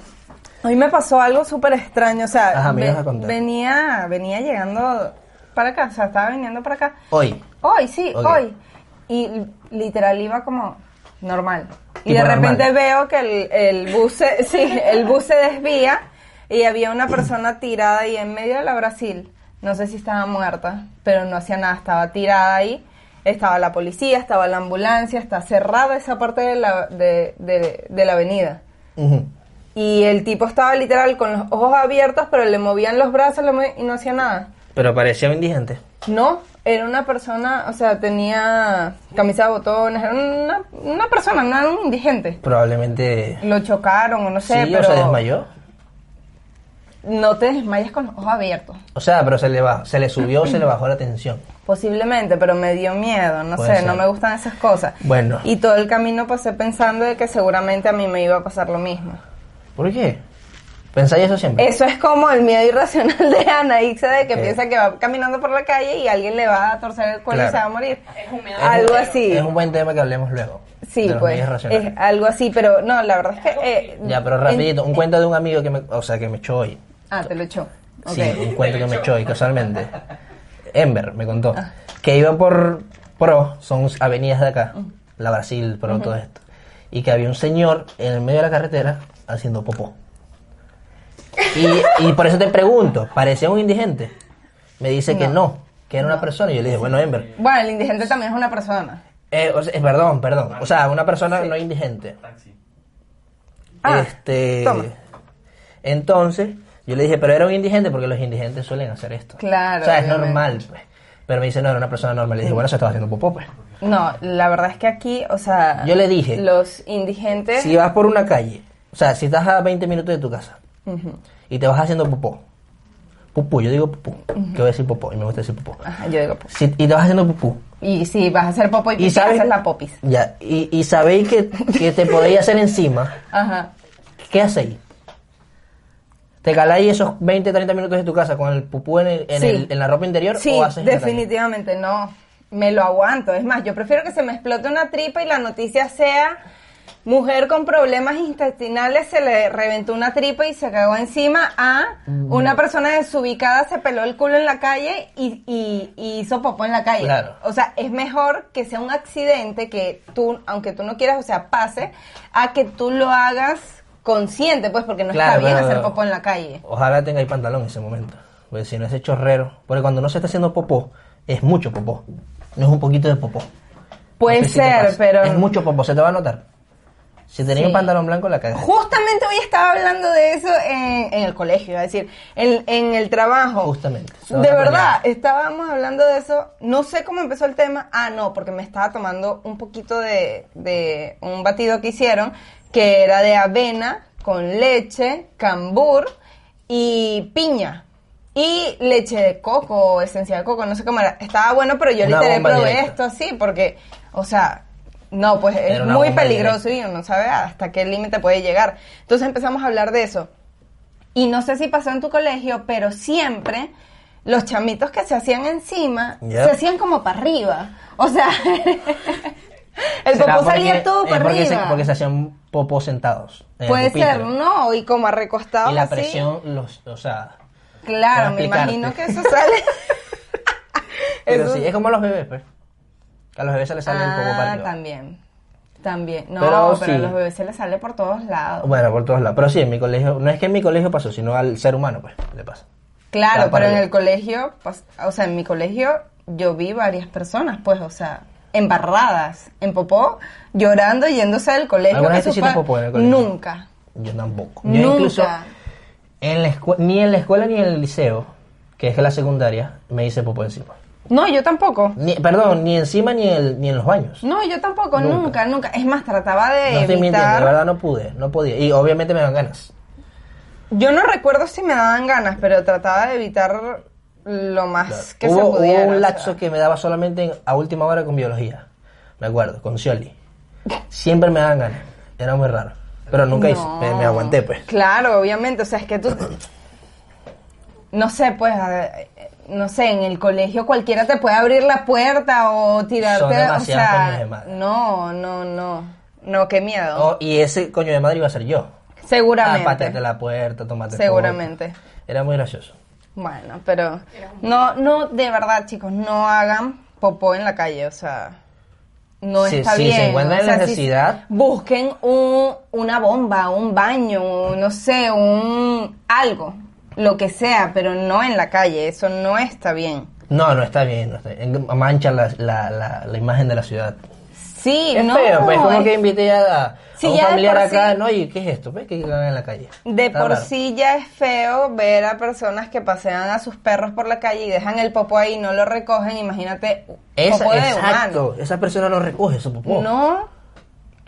Speaker 2: hoy me pasó algo súper extraño, o sea,
Speaker 1: Ajá, me ibas a contar.
Speaker 2: venía, venía llegando para acá, o sea, estaba viniendo para acá.
Speaker 1: Hoy.
Speaker 2: Hoy, sí,
Speaker 1: Ok.
Speaker 2: hoy. Y li- literal iba como normal. Y de
Speaker 1: Tipo
Speaker 2: repente
Speaker 1: normal.
Speaker 2: veo que el, el bus se, sí, el bus se desvía y había una persona tirada ahí en medio de la Brasil. No sé si estaba muerta, pero no hacía nada, estaba tirada ahí. Estaba la policía, estaba la ambulancia, está cerrada esa parte de la, de- de- de la avenida.
Speaker 1: Ujú.
Speaker 2: Y el tipo estaba literal con los ojos abiertos, pero le movían los brazos le movi- y no hacía nada.
Speaker 1: Pero parecía un indigente.
Speaker 2: No, era una persona, o sea, tenía camisa de botones, era una, una persona, no era un indigente.
Speaker 1: Probablemente.
Speaker 2: Lo chocaron o no sé,
Speaker 1: sí,
Speaker 2: pero
Speaker 1: o se desmayó.
Speaker 2: no te desmayes con los ojos abiertos.
Speaker 1: O sea, pero se le, bajó, se le subió, se le bajó la tensión.
Speaker 2: Posiblemente, pero me dio miedo, no
Speaker 1: Puede
Speaker 2: sé,
Speaker 1: ser.
Speaker 2: no me gustan esas cosas.
Speaker 1: Bueno.
Speaker 2: Y todo el camino pasé pensando de que seguramente a mí me iba a pasar lo mismo.
Speaker 1: ¿Por qué? ¿Pensáis eso siempre?
Speaker 2: Eso es como el miedo irracional de Anaísa de que
Speaker 1: Eh.
Speaker 2: piensa que va caminando por la calle y alguien le va a torcer el cuello y
Speaker 1: Claro.
Speaker 2: se va a morir.
Speaker 3: Es un miedo.
Speaker 2: Algo así.
Speaker 1: Es un buen tema que hablemos luego.
Speaker 2: Sí,
Speaker 1: de los
Speaker 2: pues.
Speaker 1: medios racionales.
Speaker 2: Es algo así, pero no, la verdad es que. eh,
Speaker 1: Ya, pero
Speaker 2: en-
Speaker 1: rapidito, un cuento de un amigo que me, o sea, que me echó hoy.
Speaker 2: Ah, te lo echó. Ok.
Speaker 1: Sí, un cuento que me echó hoy, casualmente. Ember me contó que iban por Pro, son avenidas de acá, la Brasil, Pro, todo esto. Y que había un señor en el medio de la carretera haciendo popó. Y, y por eso te pregunto, ¿parecía un indigente? Me dice que no, que era una persona. Y yo le dije, bueno, Ember,
Speaker 2: Bueno, el indigente también es una persona.
Speaker 1: eh, o sea, eh, perdón, perdón. O sea, una persona no indigente.
Speaker 2: Ah,
Speaker 1: este,
Speaker 2: toma.
Speaker 1: Entonces, yo le dije, pero era un indigente porque los indigentes suelen hacer esto.
Speaker 2: Claro,
Speaker 1: O sea, es
Speaker 2: obviamente.
Speaker 1: normal. pues. Pero me dice, no, era una persona normal. Le dije, bueno, se estaba haciendo popó, pues.
Speaker 2: No, la verdad es que aquí, o sea.
Speaker 1: Yo le dije.
Speaker 2: Los indigentes.
Speaker 1: Si vas por una calle, o sea, si estás a 20 minutos de tu casa
Speaker 2: Ujú.
Speaker 1: y te vas haciendo popó, pupú, yo digo pupú, que voy a decir popó y me gusta decir popó.
Speaker 2: Ajá, yo digo. pues,
Speaker 1: Si- y te vas haciendo pupú.
Speaker 2: Y si vas a hacer popo y
Speaker 1: Y
Speaker 2: pipí,
Speaker 1: sabes,
Speaker 2: haces la popis.
Speaker 1: Ya, y, y sabéis que, que te podéis hacer encima,
Speaker 2: Ajá.
Speaker 1: ¿qué hacéis? ¿Te caláis esos 20, 30 minutos de tu casa con el pupú en, el- en
Speaker 2: Sí.
Speaker 1: el- en la ropa interior
Speaker 2: Sí,
Speaker 1: o haces en la calle?
Speaker 2: definitivamente no. Me lo aguanto. Es más, yo prefiero que se me explote una tripa y la noticia sea mujer con problemas intestinales se le reventó una tripa y se cagó encima a
Speaker 1: Mm.
Speaker 2: una persona desubicada se peló el culo en la calle y, y- y hizo popó en la calle.
Speaker 1: Claro.
Speaker 2: O sea, es mejor que sea un accidente que tú, aunque tú no quieras, o sea, pase, a que tú lo hagas consciente, pues, porque no
Speaker 1: Claro,
Speaker 2: está bien
Speaker 1: pero-
Speaker 2: hacer popó en la calle.
Speaker 1: Ojalá tengáis pantalón en ese momento. Porque si no, ese chorrero. Porque cuando no se está haciendo popó, es mucho popó. No es un poquito de popó.
Speaker 2: Puede
Speaker 1: No sé si te
Speaker 2: ser,
Speaker 1: pasa.
Speaker 2: pero...
Speaker 1: Es mucho popó, se te va a notar. Si tenéis
Speaker 2: Sí.
Speaker 1: un pantalón blanco, la cagas.
Speaker 2: Justamente hoy estaba hablando de eso en, en el colegio, es decir, en, en el trabajo.
Speaker 1: Justamente. Se
Speaker 2: De
Speaker 1: nota
Speaker 2: verdad,
Speaker 1: mañana.
Speaker 2: estábamos hablando de eso. No sé cómo empezó el tema. Ah, no, porque me estaba tomando un poquito de, de un batido que hicieron, que era de avena con leche, cambur y piña. Y leche de coco, esencia de coco, no sé cómo era. Estaba bueno, pero yo
Speaker 1: Una
Speaker 2: literal
Speaker 1: bomba
Speaker 2: probé
Speaker 1: directa.
Speaker 2: esto así, porque, o sea, no, pues es
Speaker 1: Era una
Speaker 2: muy
Speaker 1: bomba
Speaker 2: peligroso
Speaker 1: directa.
Speaker 2: y uno no sabe hasta qué límite puede llegar. Entonces empezamos a hablar de eso. Y no sé si pasó en tu colegio, pero siempre los chamitos que se hacían encima
Speaker 1: Yep.
Speaker 2: se hacían como para arriba. O sea, el
Speaker 1: Será
Speaker 2: popó
Speaker 1: porque-
Speaker 2: salía todo
Speaker 1: eh,
Speaker 2: para
Speaker 1: porque
Speaker 2: arriba.
Speaker 1: Se, porque se hacían popó sentados. en el
Speaker 2: Puede
Speaker 1: pupitre.
Speaker 2: ser, ¿no? Y como recostado
Speaker 1: Y la
Speaker 2: así.
Speaker 1: presión, los, o sea. para
Speaker 2: Claro, me
Speaker 1: explicarte.
Speaker 2: imagino que eso sale.
Speaker 1: Pero
Speaker 2: Eso-
Speaker 1: sí, es como los bebés, pues. Que a los bebés se les sale el popó para
Speaker 2: Ah,
Speaker 1: arriba.
Speaker 2: también. También. No, pero,
Speaker 1: Pero
Speaker 2: a
Speaker 1: sí.
Speaker 2: los bebés se les sale por todos lados.
Speaker 1: Bueno, por todos lados. Pero sí, en mi colegio. No es que en mi colegio pasó, sino al ser humano, pues, le pasa.
Speaker 2: Claro,
Speaker 1: Va para
Speaker 2: pero en
Speaker 1: arriba.
Speaker 2: el colegio, pues, o sea, en mi colegio yo vi varias personas, pues, o sea, embarradas en popó, llorando, yéndose del colegio.
Speaker 1: ¿Alguna
Speaker 2: que
Speaker 1: vez
Speaker 2: su
Speaker 1: hiciste
Speaker 2: pa-
Speaker 1: popó en el colegio?
Speaker 2: Nunca,
Speaker 1: Yo tampoco. Yo
Speaker 2: nunca.
Speaker 1: incluso en la escue- ni en la escuela ni en el liceo, que es la secundaria, me hice popó encima.
Speaker 2: No, yo tampoco.
Speaker 1: Ni- perdón, ni encima ni, en el- ni en los baños.
Speaker 2: No, yo tampoco, nunca, nunca.
Speaker 1: Nunca.
Speaker 2: Es más, trataba de
Speaker 1: no estoy mintiendo, de
Speaker 2: evitar...
Speaker 1: verdad no pude, no podía. Y obviamente me dan ganas.
Speaker 2: Yo no recuerdo si me daban ganas, pero trataba de evitar lo más que
Speaker 1: hubo,
Speaker 2: se
Speaker 1: hubo
Speaker 2: pudiera. o
Speaker 1: un laxo
Speaker 2: sea.
Speaker 1: que me daba solamente en- a última hora con biología. Me acuerdo, con Scioli. Siempre me dan ganas. Era muy raro. Pero nunca hice. Me, me aguanté, pues.
Speaker 2: Claro, obviamente, o sea, es que tú... No sé, pues, a- eh, no sé, en el colegio cualquiera te puede abrir la puerta o tirarte,
Speaker 1: Son
Speaker 2: o
Speaker 1: demasiadas coñas
Speaker 2: sea,
Speaker 1: de madre.
Speaker 2: no, no, no, no, qué miedo,
Speaker 1: Oh, y ese coño de madre iba a ser yo. Ah, pateate
Speaker 2: seguramente,
Speaker 1: la puerta, tomate foto.
Speaker 2: seguramente,
Speaker 1: Era muy gracioso.
Speaker 2: bueno, pero no, no, de verdad, chicos, no hagan popó en la calle, o sea, no
Speaker 1: Sí,
Speaker 2: está
Speaker 1: sí, se
Speaker 2: bien,
Speaker 1: encuentran
Speaker 2: o sea,
Speaker 1: en
Speaker 2: si-
Speaker 1: necesidad.
Speaker 2: busquen un- una bomba, un baño, un- no sé, un algo, lo que sea, pero no en la calle, eso no está bien.
Speaker 1: No, no está bien. No está bien. Mancha la, la, la, la imagen de la ciudad.
Speaker 2: Sí,
Speaker 1: Es
Speaker 2: no.
Speaker 1: feo, pues como
Speaker 2: es-
Speaker 1: que invité a, a
Speaker 2: Sí,
Speaker 1: un
Speaker 2: ya de
Speaker 1: familiar
Speaker 2: por
Speaker 1: acá,
Speaker 2: sí-
Speaker 1: ¿no? ¿Y qué es esto? ¿Ves que cagan en la calle?
Speaker 2: De
Speaker 1: Está
Speaker 2: por
Speaker 1: raro.
Speaker 2: sí ya es feo ver a personas que pasean a sus perros por la calle y dejan el popó ahí y no lo recogen, imagínate,
Speaker 1: Esa,
Speaker 2: popó de
Speaker 1: exacto,
Speaker 2: humano.
Speaker 1: esa persona no recoge su popó.
Speaker 2: No.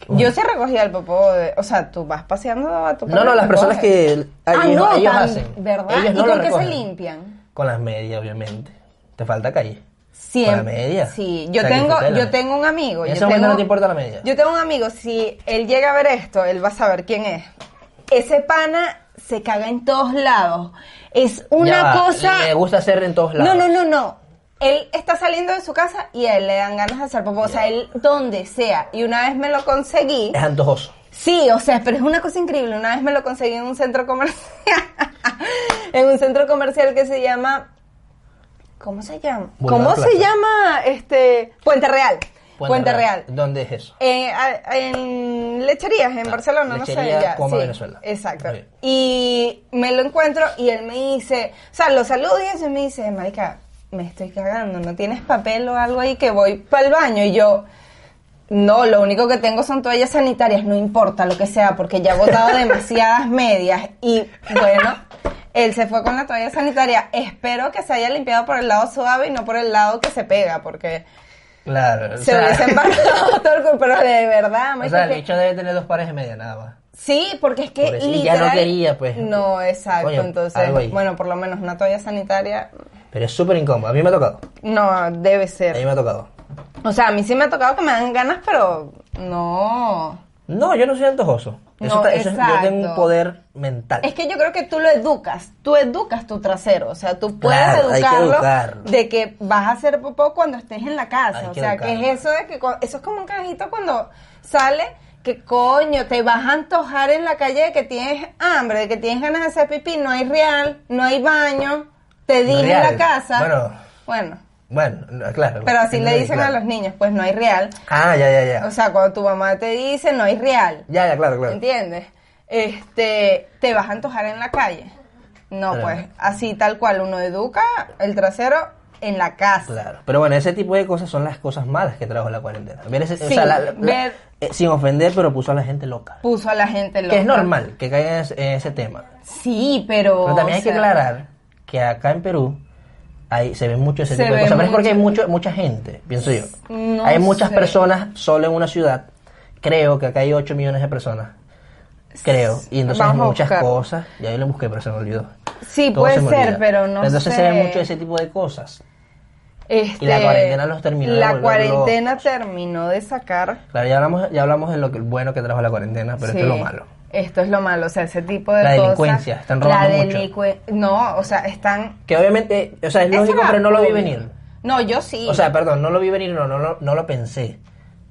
Speaker 2: Yo sí recogía el popó, de- o sea, tú vas paseando a tu
Speaker 1: No,
Speaker 2: perro
Speaker 1: no,
Speaker 2: y
Speaker 1: las personas
Speaker 2: recoges.
Speaker 1: que
Speaker 2: Ah,
Speaker 1: ellos,
Speaker 2: no,
Speaker 1: ellos
Speaker 2: tan-
Speaker 1: hacen.
Speaker 2: ¿verdad?
Speaker 1: Ellos
Speaker 2: ¿Y
Speaker 1: no
Speaker 2: con
Speaker 1: lo
Speaker 2: qué se
Speaker 1: recogen.
Speaker 2: limpian?
Speaker 1: Con las medias, obviamente. Te falta calle.
Speaker 2: Siempre.
Speaker 1: Para media.
Speaker 2: Sí, yo
Speaker 1: Sacrificate
Speaker 2: tengo,
Speaker 1: la
Speaker 2: yo
Speaker 1: media.
Speaker 2: tengo un amigo.
Speaker 1: En
Speaker 2: yo
Speaker 1: ese momento
Speaker 2: tengo-
Speaker 1: no te importa la media.
Speaker 2: Yo tengo un amigo, si él llega a ver esto, él va a saber quién es. Ese pana se caga en todos lados. Es
Speaker 1: Ya
Speaker 2: una
Speaker 1: va,
Speaker 2: cosa.
Speaker 1: Le gusta hacer en todos
Speaker 2: No,
Speaker 1: lados.
Speaker 2: no, no, no. Él está saliendo de su casa y a él le dan ganas de hacer popó. O sea, él donde sea. Y una vez me lo conseguí.
Speaker 1: Es antojoso.
Speaker 2: Sí, o sea, pero es una cosa increíble. Una vez me lo conseguí en un centro comercial. en un centro comercial que se llama. ¿Cómo se llama?
Speaker 1: Boulevard
Speaker 2: ¿Cómo se
Speaker 1: Plaza.
Speaker 2: llama? Este. Puente Real. Puente, Real.
Speaker 1: ¿Dónde es eso?
Speaker 2: Eh, a- en lecherías, en
Speaker 1: Ah,
Speaker 2: Barcelona, no
Speaker 1: lechería,
Speaker 2: sé. Ya,
Speaker 1: coma Venezuela.
Speaker 2: Exacto.
Speaker 1: Ok.
Speaker 2: Y me lo encuentro y él me dice, o sea, lo saludo y eso y me dice, marica, me estoy cagando, ¿no tienes papel o algo ahí que voy para el baño? Y yo, no, lo único que tengo son toallas sanitarias, no importa lo que sea, porque ya he botado demasiadas medias. Y bueno, él se fue con la toalla sanitaria. Espero que se haya limpiado por el lado suave y no por el lado que se pega, porque
Speaker 1: Claro. o
Speaker 2: se
Speaker 1: sea,
Speaker 2: hubiese embarrado todo el cuerpo, pero de verdad,
Speaker 1: O
Speaker 2: marica,
Speaker 1: sea, el
Speaker 2: que-
Speaker 1: bicho debe tener dos pares de media nada más.
Speaker 2: Sí, porque es que
Speaker 1: Por eso- y ya
Speaker 2: literal...
Speaker 1: no quería, pues.
Speaker 2: No, exacto,
Speaker 1: Coño, algo ahí.
Speaker 2: entonces, bueno, por lo menos una toalla sanitaria,
Speaker 1: Pero es súper incómodo. A mí me ha tocado.
Speaker 2: no, debe
Speaker 1: A mí
Speaker 2: ser.
Speaker 1: me ha tocado.
Speaker 2: O sea, a mí sí me ha tocado que me dan ganas, pero no.
Speaker 1: No, yo no soy antojoso. Eso
Speaker 2: No,
Speaker 1: está- eso es- yo tengo un
Speaker 2: exacto.
Speaker 1: poder mental.
Speaker 2: Es que yo creo que tú lo educas, tú educas tu trasero, o sea, tú puedes
Speaker 1: Claro, hay que
Speaker 2: educarlo
Speaker 1: educarlo.
Speaker 2: de que vas a hacer popó cuando estés en la casa,
Speaker 1: Hay
Speaker 2: o
Speaker 1: que
Speaker 2: sea, que
Speaker 1: educarlo.
Speaker 2: es eso de que cu- eso es como un canjito cuando sale que coño, te vas a antojar en la calle de que tienes hambre, de que tienes ganas de hacer pipí, no hay real, no hay baño, te dije en
Speaker 1: Real.
Speaker 2: la casa.
Speaker 1: Bueno.
Speaker 2: bueno,
Speaker 1: Bueno, no, claro.
Speaker 2: pero así le
Speaker 1: Sí,
Speaker 2: dicen
Speaker 1: claro.
Speaker 2: a los niños, pues no hay real.
Speaker 1: Ah, ya, ya, ya.
Speaker 2: O sea, cuando tu mamá te dice no hay real,
Speaker 1: ya, ya, claro, claro.
Speaker 2: ¿Entiendes? Este, te vas a antojar en la calle. No,
Speaker 1: Claro.
Speaker 2: pues, así tal cual uno educa el trasero en la casa.
Speaker 1: Claro. Pero bueno, ese tipo de cosas son las cosas malas que trajo la cuarentena. Ver ese- o
Speaker 2: Sí,
Speaker 1: sea, la- la-
Speaker 2: ver-
Speaker 1: eh, sin ofender, pero puso a la gente loca.
Speaker 2: Puso a la gente loca.
Speaker 1: Que es normal que caigan en ese- en ese tema.
Speaker 2: Sí, pero.
Speaker 1: Pero también hay
Speaker 2: o
Speaker 1: que
Speaker 2: sea,
Speaker 1: aclarar que acá en Perú hay, se ve mucho ese
Speaker 2: Se
Speaker 1: tipo de
Speaker 2: ve
Speaker 1: cosas. Pero es
Speaker 2: mucho.
Speaker 1: porque hay mucho, mucha gente, pienso yo.
Speaker 2: No
Speaker 1: hay muchas
Speaker 2: sé.
Speaker 1: personas solo en una ciudad. Creo que acá hay 8 millones de personas. Creo. Y entonces
Speaker 2: Vamos a
Speaker 1: muchas
Speaker 2: buscar.
Speaker 1: cosas. Ya yo lo busqué, pero se me olvidó.
Speaker 2: Sí,
Speaker 1: Todo
Speaker 2: puede
Speaker 1: se me
Speaker 2: ser,
Speaker 1: olvida.
Speaker 2: pero no
Speaker 1: Entonces
Speaker 2: sé.
Speaker 1: se ve mucho ese tipo de cosas.
Speaker 2: Este,
Speaker 1: y la cuarentena los terminó de
Speaker 2: La
Speaker 1: volver
Speaker 2: cuarentena terminó de sacar.
Speaker 1: Claro, ya hablamos, ya hablamos de lo que, bueno que trajo la cuarentena, pero esto
Speaker 2: Sí,
Speaker 1: es lo malo.
Speaker 2: Esto es lo malo, o sea, ese tipo de
Speaker 1: La
Speaker 2: cosas.
Speaker 1: delincuencia, están robando
Speaker 2: La
Speaker 1: mucho.
Speaker 2: delincue- No, o sea, están.
Speaker 1: Que obviamente, o sea, es
Speaker 2: Eso
Speaker 1: lógico,
Speaker 2: era
Speaker 1: pero no lo vi
Speaker 2: obvio.
Speaker 1: venir.
Speaker 2: No, yo sí.
Speaker 1: O sea, perdón, no lo vi venir, no, no, lo- no lo pensé.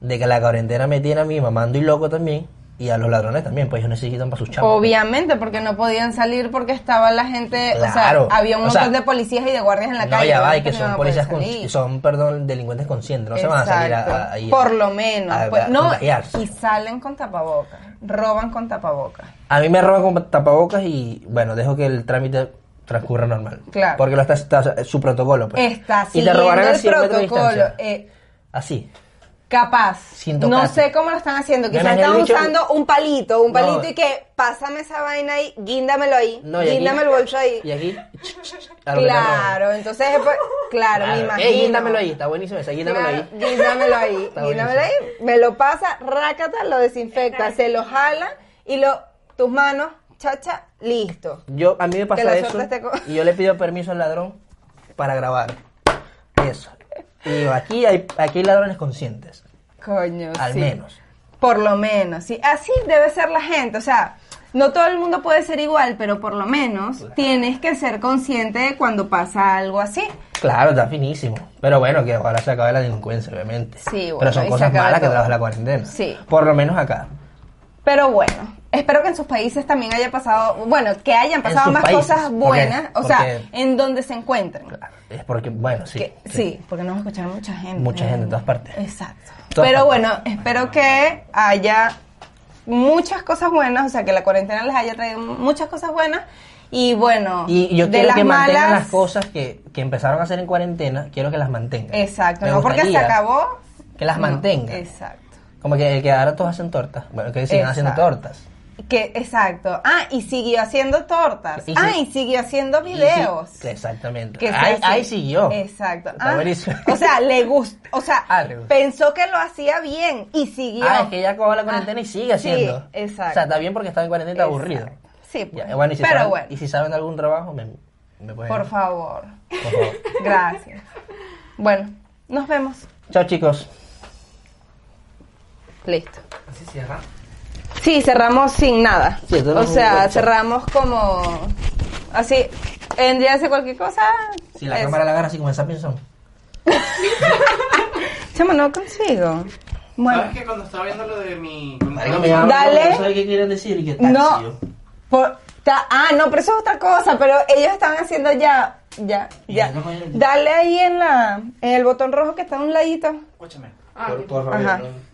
Speaker 1: De que la cuarentena me tiene a mí mamando y loco también. Y a los ladrones también, pues ellos necesitan para sus chavos.
Speaker 2: Obviamente, porque no podían salir porque estaba la gente,
Speaker 1: Claro.
Speaker 2: o sea, había un
Speaker 1: O
Speaker 2: montón
Speaker 1: sea,
Speaker 2: de policías y de guardias en la
Speaker 1: no,
Speaker 2: calle.
Speaker 1: ya va, y
Speaker 2: obviamente
Speaker 1: que
Speaker 2: no
Speaker 1: son
Speaker 2: iban a poder
Speaker 1: policías, con-
Speaker 2: salir.
Speaker 1: son, perdón, delincuentes conscientes, no se van a salir
Speaker 2: Exacto.
Speaker 1: a- a- ahí Ah, a-
Speaker 2: Por lo menos.
Speaker 1: a-
Speaker 2: pues,
Speaker 1: a
Speaker 2: no,
Speaker 1: contagiarse.
Speaker 2: y salen con tapabocas, roban con tapabocas.
Speaker 1: A mí me roban con tapabocas y, bueno, dejo que el trámite transcurra normal.
Speaker 2: Claro.
Speaker 1: Porque lo está, está- su protocolo, pues.
Speaker 2: Está
Speaker 1: y te
Speaker 2: siguiendo
Speaker 1: robarán a
Speaker 2: el
Speaker 1: 100 metros de
Speaker 2: protocolo.
Speaker 1: distancia.
Speaker 2: eh,
Speaker 1: Así.
Speaker 2: capaz.
Speaker 1: Siento
Speaker 2: no
Speaker 1: casi.
Speaker 2: sé cómo lo están haciendo.
Speaker 1: Me
Speaker 2: Quizás
Speaker 1: imagino
Speaker 2: están
Speaker 1: el bicho-
Speaker 2: usando un palito,
Speaker 1: No.
Speaker 2: un palito y que pásame esa vaina ahí, guíndamelo ahí,
Speaker 1: No, y aquí-
Speaker 2: guíndame el bolso ahí.
Speaker 1: Y aquí. a lo que te roban.
Speaker 2: Claro, entonces, después- claro, me imagino.
Speaker 1: Ey, guíndamelo ahí, está buenísimo esa, guíndamelo
Speaker 2: Claro,
Speaker 1: ahí.
Speaker 2: Guíndamelo ahí,
Speaker 1: Está
Speaker 2: guíndamelo ahí. Me lo pasa, rácata, lo desinfecta, se lo jala y lo, tus manos, chacha, listo.
Speaker 1: Yo, a mí me
Speaker 2: Que
Speaker 1: pasa
Speaker 2: la
Speaker 1: eso
Speaker 2: suerte esté con-
Speaker 1: y yo le pido permiso al ladrón para grabar. Eso. Y digo, aquí hay, aquí hay ladrones conscientes,
Speaker 2: Coño,
Speaker 1: al
Speaker 2: Ah, sí.
Speaker 1: menos.
Speaker 2: Por lo menos, sí. Así debe ser la gente, o sea, no todo el mundo puede ser igual, pero por lo menos tienes que ser consciente de cuando pasa algo así.
Speaker 1: Claro, está finísimo. Pero bueno, que ahora se acabe la delincuencia, obviamente.
Speaker 2: Sí, bueno,
Speaker 1: Pero
Speaker 2: y
Speaker 1: son
Speaker 2: se
Speaker 1: cosas
Speaker 2: acaba
Speaker 1: malas que
Speaker 2: todo.
Speaker 1: trajo la cuarentena.
Speaker 2: Sí.
Speaker 1: Por lo menos acá.
Speaker 2: Pero bueno, espero que en sus países también haya pasado, bueno, que hayan
Speaker 1: En
Speaker 2: pasado
Speaker 1: sus
Speaker 2: más
Speaker 1: países,
Speaker 2: cosas
Speaker 1: porque-
Speaker 2: buenas, o sea,
Speaker 1: porque-
Speaker 2: en donde se encuentren.
Speaker 1: Claro, Es porque, bueno, sí.
Speaker 2: Que- sí. porque nos escucharon mucha gente.
Speaker 1: Mucha gente en todas partes.
Speaker 2: Exacto.
Speaker 1: Todas
Speaker 2: Pero
Speaker 1: partes.
Speaker 2: bueno, espero que haya muchas cosas buenas, o sea, que la cuarentena les haya traído muchas cosas buenas. Y bueno,
Speaker 1: Y yo
Speaker 2: de
Speaker 1: quiero
Speaker 2: las
Speaker 1: que mantengan
Speaker 2: malas-
Speaker 1: las cosas que, que empezaron a hacer en cuarentena, quiero que las mantengan.
Speaker 2: Exacto,
Speaker 1: Me
Speaker 2: no porque se
Speaker 1: gustaría
Speaker 2: acabó.
Speaker 1: Que las
Speaker 2: no,
Speaker 1: mantengan.
Speaker 2: Exacto.
Speaker 1: Como que, que ahora todos hacen tortas. Bueno, que sigan haciendo
Speaker 2: Exacto.
Speaker 1: tortas.
Speaker 2: Que, exacto. Ah, y siguió haciendo tortas.
Speaker 1: Y sí.
Speaker 2: ah, y siguió haciendo videos.
Speaker 1: Y sí, exactamente.
Speaker 2: Que se
Speaker 1: ahí,
Speaker 2: hace.
Speaker 1: ahí siguió.
Speaker 2: Exacto.
Speaker 1: Está
Speaker 2: Ah,
Speaker 1: buenísimo.
Speaker 2: O sea, le gustó. O sea,
Speaker 1: Ah, le gustó.
Speaker 2: pensó que lo hacía bien y siguió.
Speaker 1: Ah, es que ya acabó la cuarentena y sigue
Speaker 2: Ah,
Speaker 1: haciendo.
Speaker 2: sí, exacto.
Speaker 1: O sea, está bien porque está en cuarentena y está aburrido.
Speaker 2: Exacto. Sí, pues.
Speaker 1: Ya, bueno, y si
Speaker 2: pero
Speaker 1: saben,
Speaker 2: bueno,
Speaker 1: Y si saben de algún trabajo, me, me pueden.
Speaker 2: por favor.
Speaker 1: Por favor.
Speaker 2: Gracias. Bueno, nos vemos.
Speaker 1: Chao, chicos.
Speaker 2: Listo.
Speaker 1: Así se llama.
Speaker 2: Sí, cerramos sin nada.
Speaker 1: Sí, cerramos
Speaker 2: o
Speaker 1: un
Speaker 2: sea,
Speaker 1: workshop.
Speaker 2: cerramos como así. Vendría a ser cualquier cosa.
Speaker 1: Si la
Speaker 2: eso.
Speaker 1: cámara la agarra así como esa Sapienson.
Speaker 2: Chamo, no consigo. Bueno,
Speaker 4: ¿Sabes que cuando estaba viendo lo de mi...
Speaker 1: Marico, me llama,
Speaker 2: Dale.
Speaker 1: No sabe qué quieren decir y qué tal.
Speaker 2: no. por- ta- ah, no, pero eso es otra cosa. Pero ellos estaban haciendo ya. Ya,
Speaker 1: Ya,
Speaker 2: ya.
Speaker 1: no, ya, ya.
Speaker 2: Dale ahí en la en el botón rojo que está a un ladito.
Speaker 4: Escúchame.
Speaker 1: Por, por favor.
Speaker 2: Ajá.
Speaker 1: no.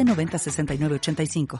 Speaker 5: 906985.